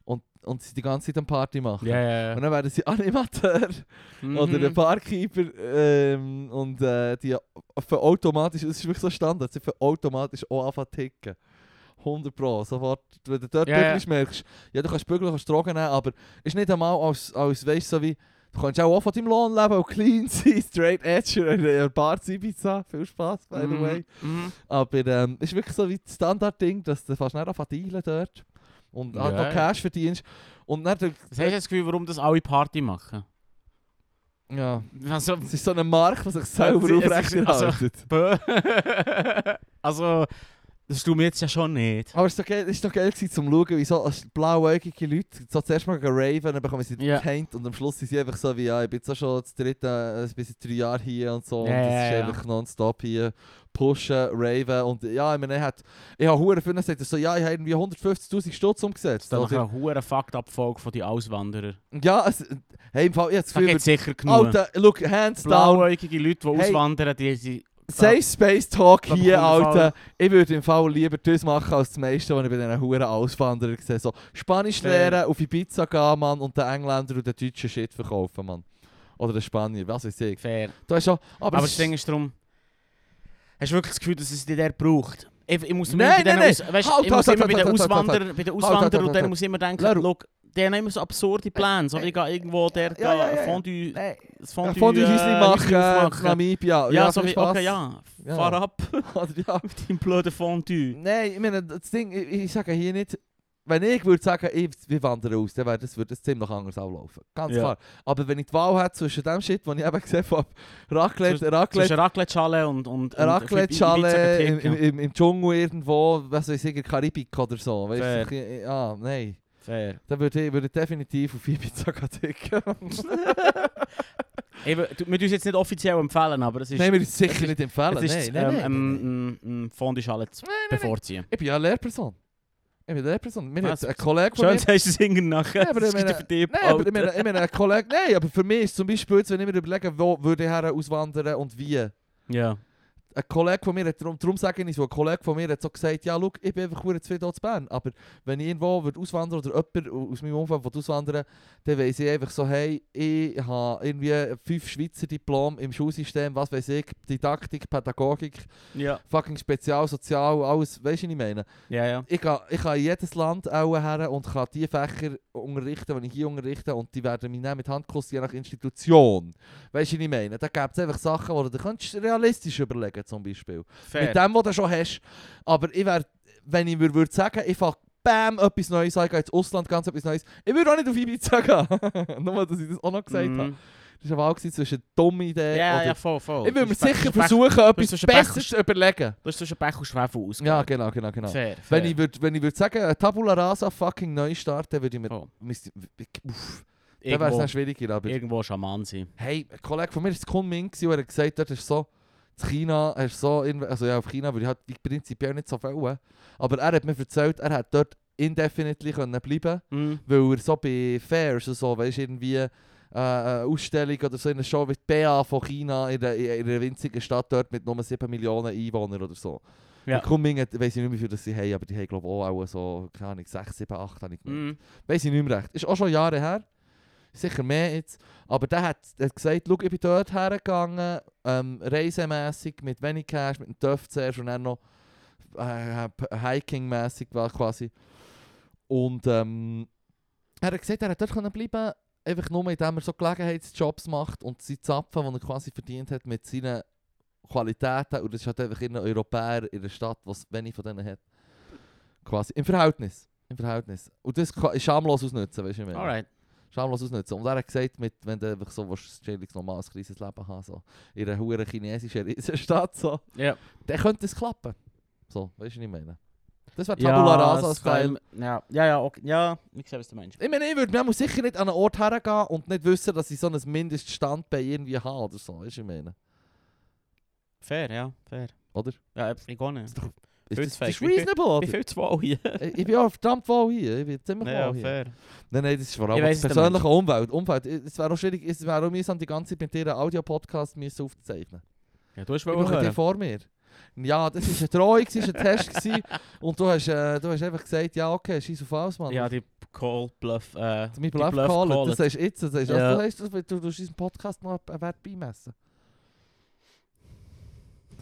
A: Und, und sind die ganze Zeit am Party machen.
B: Ja,
A: Und
B: ja.
A: dann werden sie Animateur
B: Mm-hmm. Mhm.
A: oder ein Barkeeper ähm, und äh, die für automatisch, es ist wirklich so Standard, sie für automatisch auch anfangen zu ticken. 100 Pro, sofort, wenn du dort
B: Ja, ja.
A: bügelst, merkst ja, du kannst bügeln, kannst Drogen nehmen, aber ist nicht einmal als, als weißt du, so wie, du kannst auch, auch von deinem Lohn leben und clean sein, straight edge oder in einer Bar zu Ibiza, viel Spaß, by
B: Mhm.
A: the way.
B: Mm-hmm.
A: Aber ähm, ist wirklich so wie das Standardding, dass du fast nicht anfangen zu dealen dort und halt
B: Ja,
A: noch
B: ja.
A: Cash verdienst und dann,
B: Hast du das Gefühl, warum das alle dus Party machen?
A: ja.
B: Also,
A: Es ist so eine Marke, die sich selber
B: Es ist-
A: aufrechterhaltet.
B: bö. also, das tun wir jetzt ja schon nicht.
A: Aber es war doch geil, es ist doch geil gewesen, zum Schauen, wie so als blauäugige Leute so zuerst mal gehen raven, dann bekommen sie
B: Ja.
A: yeah. Paint und am Schluss sind sie einfach so wie, ja, ich bin jetzt auch schon das dritte, äh, bis jetzt drei Jahre hier und so.
B: Ja,
A: und das
B: ja,
A: ist
B: ja.
A: einfach nonstop hier. Pushen, raven und ja, ich meine, ich hat, ich habe Huren für gesagt, so, ja, ich habe irgendwie 150'000 Stutz
B: Das
A: umgesetzt.
B: ist doch
A: Oder?
B: eine hure Fucked-Up-Folge von den Auswanderern.
A: Ja, es, hey, im Fall, ich habe das
B: Da gibt
A: Gefühl,
B: es sicher genug.
A: Alter, look, hands down,
B: Blauäugige Leute, die
A: Hey.
B: auswandern, die sind...
A: Safe Space Talk
B: Da
A: hier,
B: bekommt man
A: Alter. Ich würde im Fall lieber das machen als das meiste, was ich bei diesen Huren Auswanderern sehe. So Spanisch
B: Fair.
A: lernen, auf Ibiza gehen, Mann, und den Engländern und den Deutschen Shit verkaufen, Mann. Oder den Spanier, was weiß ich.
B: Fair.
A: Da ist schon, aber,
B: Aber,
A: es
B: das Ding ist darum... Hast du wirklich das Gefühl, dass es die der braucht? Ich, ich muss immer
A: Nein,
B: bei den
A: nein,
B: Aus-
A: nein.
B: weisst,
A: Halt,
B: ich
A: halt,
B: muss
A: halt,
B: immer bei den
A: halt, halt, halt,
B: Auswanderern, bei den
A: halt, halt,
B: Auswanderern und
A: halt.
B: dann muss ich immer denken,
A: Leru.
B: look, die haben immer so absurde Pläne. So,
A: Ey.
B: ich gehe irgendwo der
A: Ja, ja, ja, ja.
B: Fondue...
A: Nein.
B: Das
A: Ja,
B: Fondue,
A: Von den
B: äh,
A: Häuschen
B: Häuschen
A: machen,
B: aufmachen.
A: Namibia.
B: Ja,
A: viel
B: so wie,
A: Spaß.
B: okay, ja.
A: Ja.
B: Fahr ab,
A: Oder ja.
B: dein blöder Fondue.
A: Nein, ich meine, das Ding, ich, ich sage hier nicht, wenn ich würde sagen, ich, wir wandern aus, dann wäre das, würde das ziemlich anders ablaufen. Ganz
B: Ja.
A: klar. Aber wenn ich die Wahl hätte zwischen dem Shit, den ich eben gesehen habe, Raclette, Raclette,
B: Zwischen Raclette-Schale und... und, und
A: eine Raclette-Schale im,
B: Ibiza-Boutique,
A: im, im, im Dschungel irgendwo, was weiß ich, in der Karibik oder so.
B: Fair.
A: Weißt du, ich- ah, nein.
B: ja. Fair.
A: Dann würde ich, würde ich definitiv auf Ibiza gehen ticken.
B: Eben, du- wir tun es jetzt nicht offiziell empfehlen, aber es ist...
A: nein, würde ich sicher nicht empfehlen.
B: es ist
A: Nein, nein, nein,
B: ähm, ähm,
A: nein.
B: ähm, ähm, Fondue-Schale zu
A: Nein, nein, nein.
B: bevorziehen.
A: Ich bin ja eine Lehrperson. Ich bin Lehrperson. Mir
B: Was?
A: hat ein Kollege von
B: Schön,
A: mir...
B: sagst du es hinten nachher.
A: Ja, aber
B: das
A: ich
B: ist
A: meine-
B: für dich.
A: Nein, aber ich meine, ich meine, ein Kollege, nein, aber für mich ist zum Beispiel, jetzt, wenn ich mir überlege, wo würde ich her auswandern und wie. Ein
B: Ja.
A: Kollege von mir hat, darum, darum sage ich es, weil ein Kollege von mir hat so gesagt, ja, schau, ich bin einfach verdammt zufrieden hier zu Bern, aber wenn ich irgendwo würde auswandern oder jemand aus meinem Umfeld will auswandern dann weiss ich einfach so, hey, ich habe irgendwie fünf Schweizer Diplom im Schulsystem, was weiß ich, Didaktik, Pädagogik,
B: Ja.
A: fucking Spezial, Sozial, alles, weißt du, was ich meine?
B: Ja, ja.
A: Ich kann, ich kann in jedes Land auch her und kann die Fächer unterrichten, die ich hier unterrichte und die werden mich nicht mit Hand gekostet, je nach Institution. Weißt du, was ich meine? Da gibt es einfach Sachen, die du dir könntest realistisch überlegen zum Beispiel. Mit
B: Fair.
A: dem, was du schon hast. Aber ich wär, wenn ich mir würde sagen, ich fange bam, etwas Neues an, ich gehe ins Ausland, ganz etwas Neues, ich würde auch nicht auf Ibiza gehen. Nur, dass ich das auch noch gesagt
B: Mhm.
A: habe. Das war eine Wahl gewesen zwischen dumme Idee
B: Ja, Dus
A: oder...
B: ja, voll, voll.
A: ich würde mir
B: Das ist
A: sicher
B: Pech-
A: versuchen,
B: das
A: etwas
B: ist ein Pech-
A: Besseres zu überlegen.
B: Das ist zwischen Pech und Schwefel aus.
A: Ja, genau, genau, genau.
B: Fair, fair.
A: Wenn ich würde wenn ich würd sagen, äh, Tabula Rasa fucking neu starten, würde ich mir...
B: Oh.
A: Müsste, uff, dann wäre es
B: irgendwo,
A: dann schwieriger, aber...
B: irgendwo Schaman sein.
A: Hey, ein Kollege von mir ist in Kunming gewesen, und er hat gesagt, dort ist so... in China, er ist so... in- Also ja, auf China würde ich halt wie prinzipiell nicht so wollen. Aber er hat mir erzählt, er hat dort indefinitely können bleiben
B: Mhm.
A: weil er so bei Fairs und so, weißt du, irgendwie äh, eine Ausstellung oder so in einer Show wie die BA von China in einer, in einer winzigen Stadt dort mit nur 7 Millionen Einwohnern oder so.
B: Ja.
A: Ja. Kunming, hat- weiss ich nicht mehr, wie viel das sie haben, aber die haben glaube ich auch, auch so, keine Ahnung, 6, 7, 8 habe ich gemerkt.
B: Mhm.
A: Weiss ich nicht mehr recht. Ist auch schon Jahre her. Sicher mehr jetzt. Aber der hat, der hat gesagt, schau, ich bin dort hergegangen, ähm, reisemässig, mit wenig Cash, mit dem Töff zuerst und dann noch äh, hiking-mässig war quasi. Und ähm, er hat gesagt, er hat dort können bleiben einfach nur, indem er so Gelegenheitsjobs macht und sie Zapfen, die er quasi verdient hat, mit seinen Qualitäten. Und das ist halt einfach ein Europäer in der Stadt, was wenig von denen hat. Quasi. Im Verhältnis. Im Verhältnis. Und das kann ist schamlos ausnutzen, weißt du, was ich meine?
B: Alright.
A: Schamlos ausnutzen. Und er hat gesagt, mit, wenn du einfach so was chilliges, normales, kleines Leben hast, so, in einer hohen chinesischen Riesenstadt, so,
B: Ja.
A: dann könnte es klappen. So, weißt du, was ich meine? Das wäre
B: Ja,
A: Tabula
B: das
A: Rasa-Style.
B: kann ich- Ja, ja, ja, okay. ja, ich sehe, was du meinst.
A: Ich meine, ich würde, man muss sicher nicht an einen Ort hergehen und nicht wissen, dass ich so ein Mindeststandbein irgendwie habe oder so, weißt du, ich meine?
B: Fair, ja, fair.
A: Oder?
B: Ja, ich ich gehe nicht.
A: Ist
B: Heute
A: das, das ist
B: fake.
A: reasonable,
B: Ich
A: oder?
B: viel zu wohl hier.
A: Ich ich bin auch verdammt wohl hier, ich bin ziemlich
B: Ja,
A: wohl hier.
B: fair.
A: Nein, nein, das ist vor allem
B: Ich weiss,
A: das
B: was du
A: persönliche Umwelt. Umfeld. Es wäre auch schwierig, es wäre auch mühsam, die ganze Zeit mit dir einen Audio-Podcast müssen aufzuzeichnen.
B: Ja, du hast
A: Ich brauche dich
B: hören.
A: vor mir. Ja, das war eine Drohung, es war ein Test. gewesen. Und du hast, äh, du hast einfach gesagt, ja okay, scheiß auf alles, Mann.
B: Ja, die Call Bluff. Äh,
A: Mein
B: die
A: Bluff callen, dus, eh, das
B: callen.
A: sagst du jetzt. Das sagst, du.
B: Ja.
A: also, du hast das, du, du hast unseren Podcast noch einen Wert beimessen.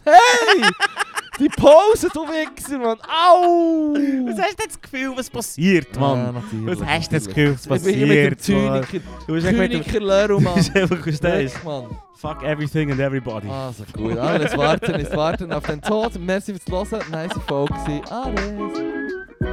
A: Hey! die Pause, du Wichser, Mann! Au!
B: Was hast du das Gefühl, was passiert,
A: Ja,
B: Mann?
A: natürlich,
B: was hast du das
A: natürlich.
B: Gefühl, was
A: Ich bin hier mit dem
B: passiert? Mann?
A: Zyniker.
B: Du bist echt mit dem.
A: Zyniker Lero,
B: Du
A: Mann.
B: bist einfach verstehst.
A: Weg, Mann.
B: Fuck everything and everybody.
A: Also gut, alles warten ist warten auf den Tod. Merci fürs Hören. Nice Folge. gewesen. Alles.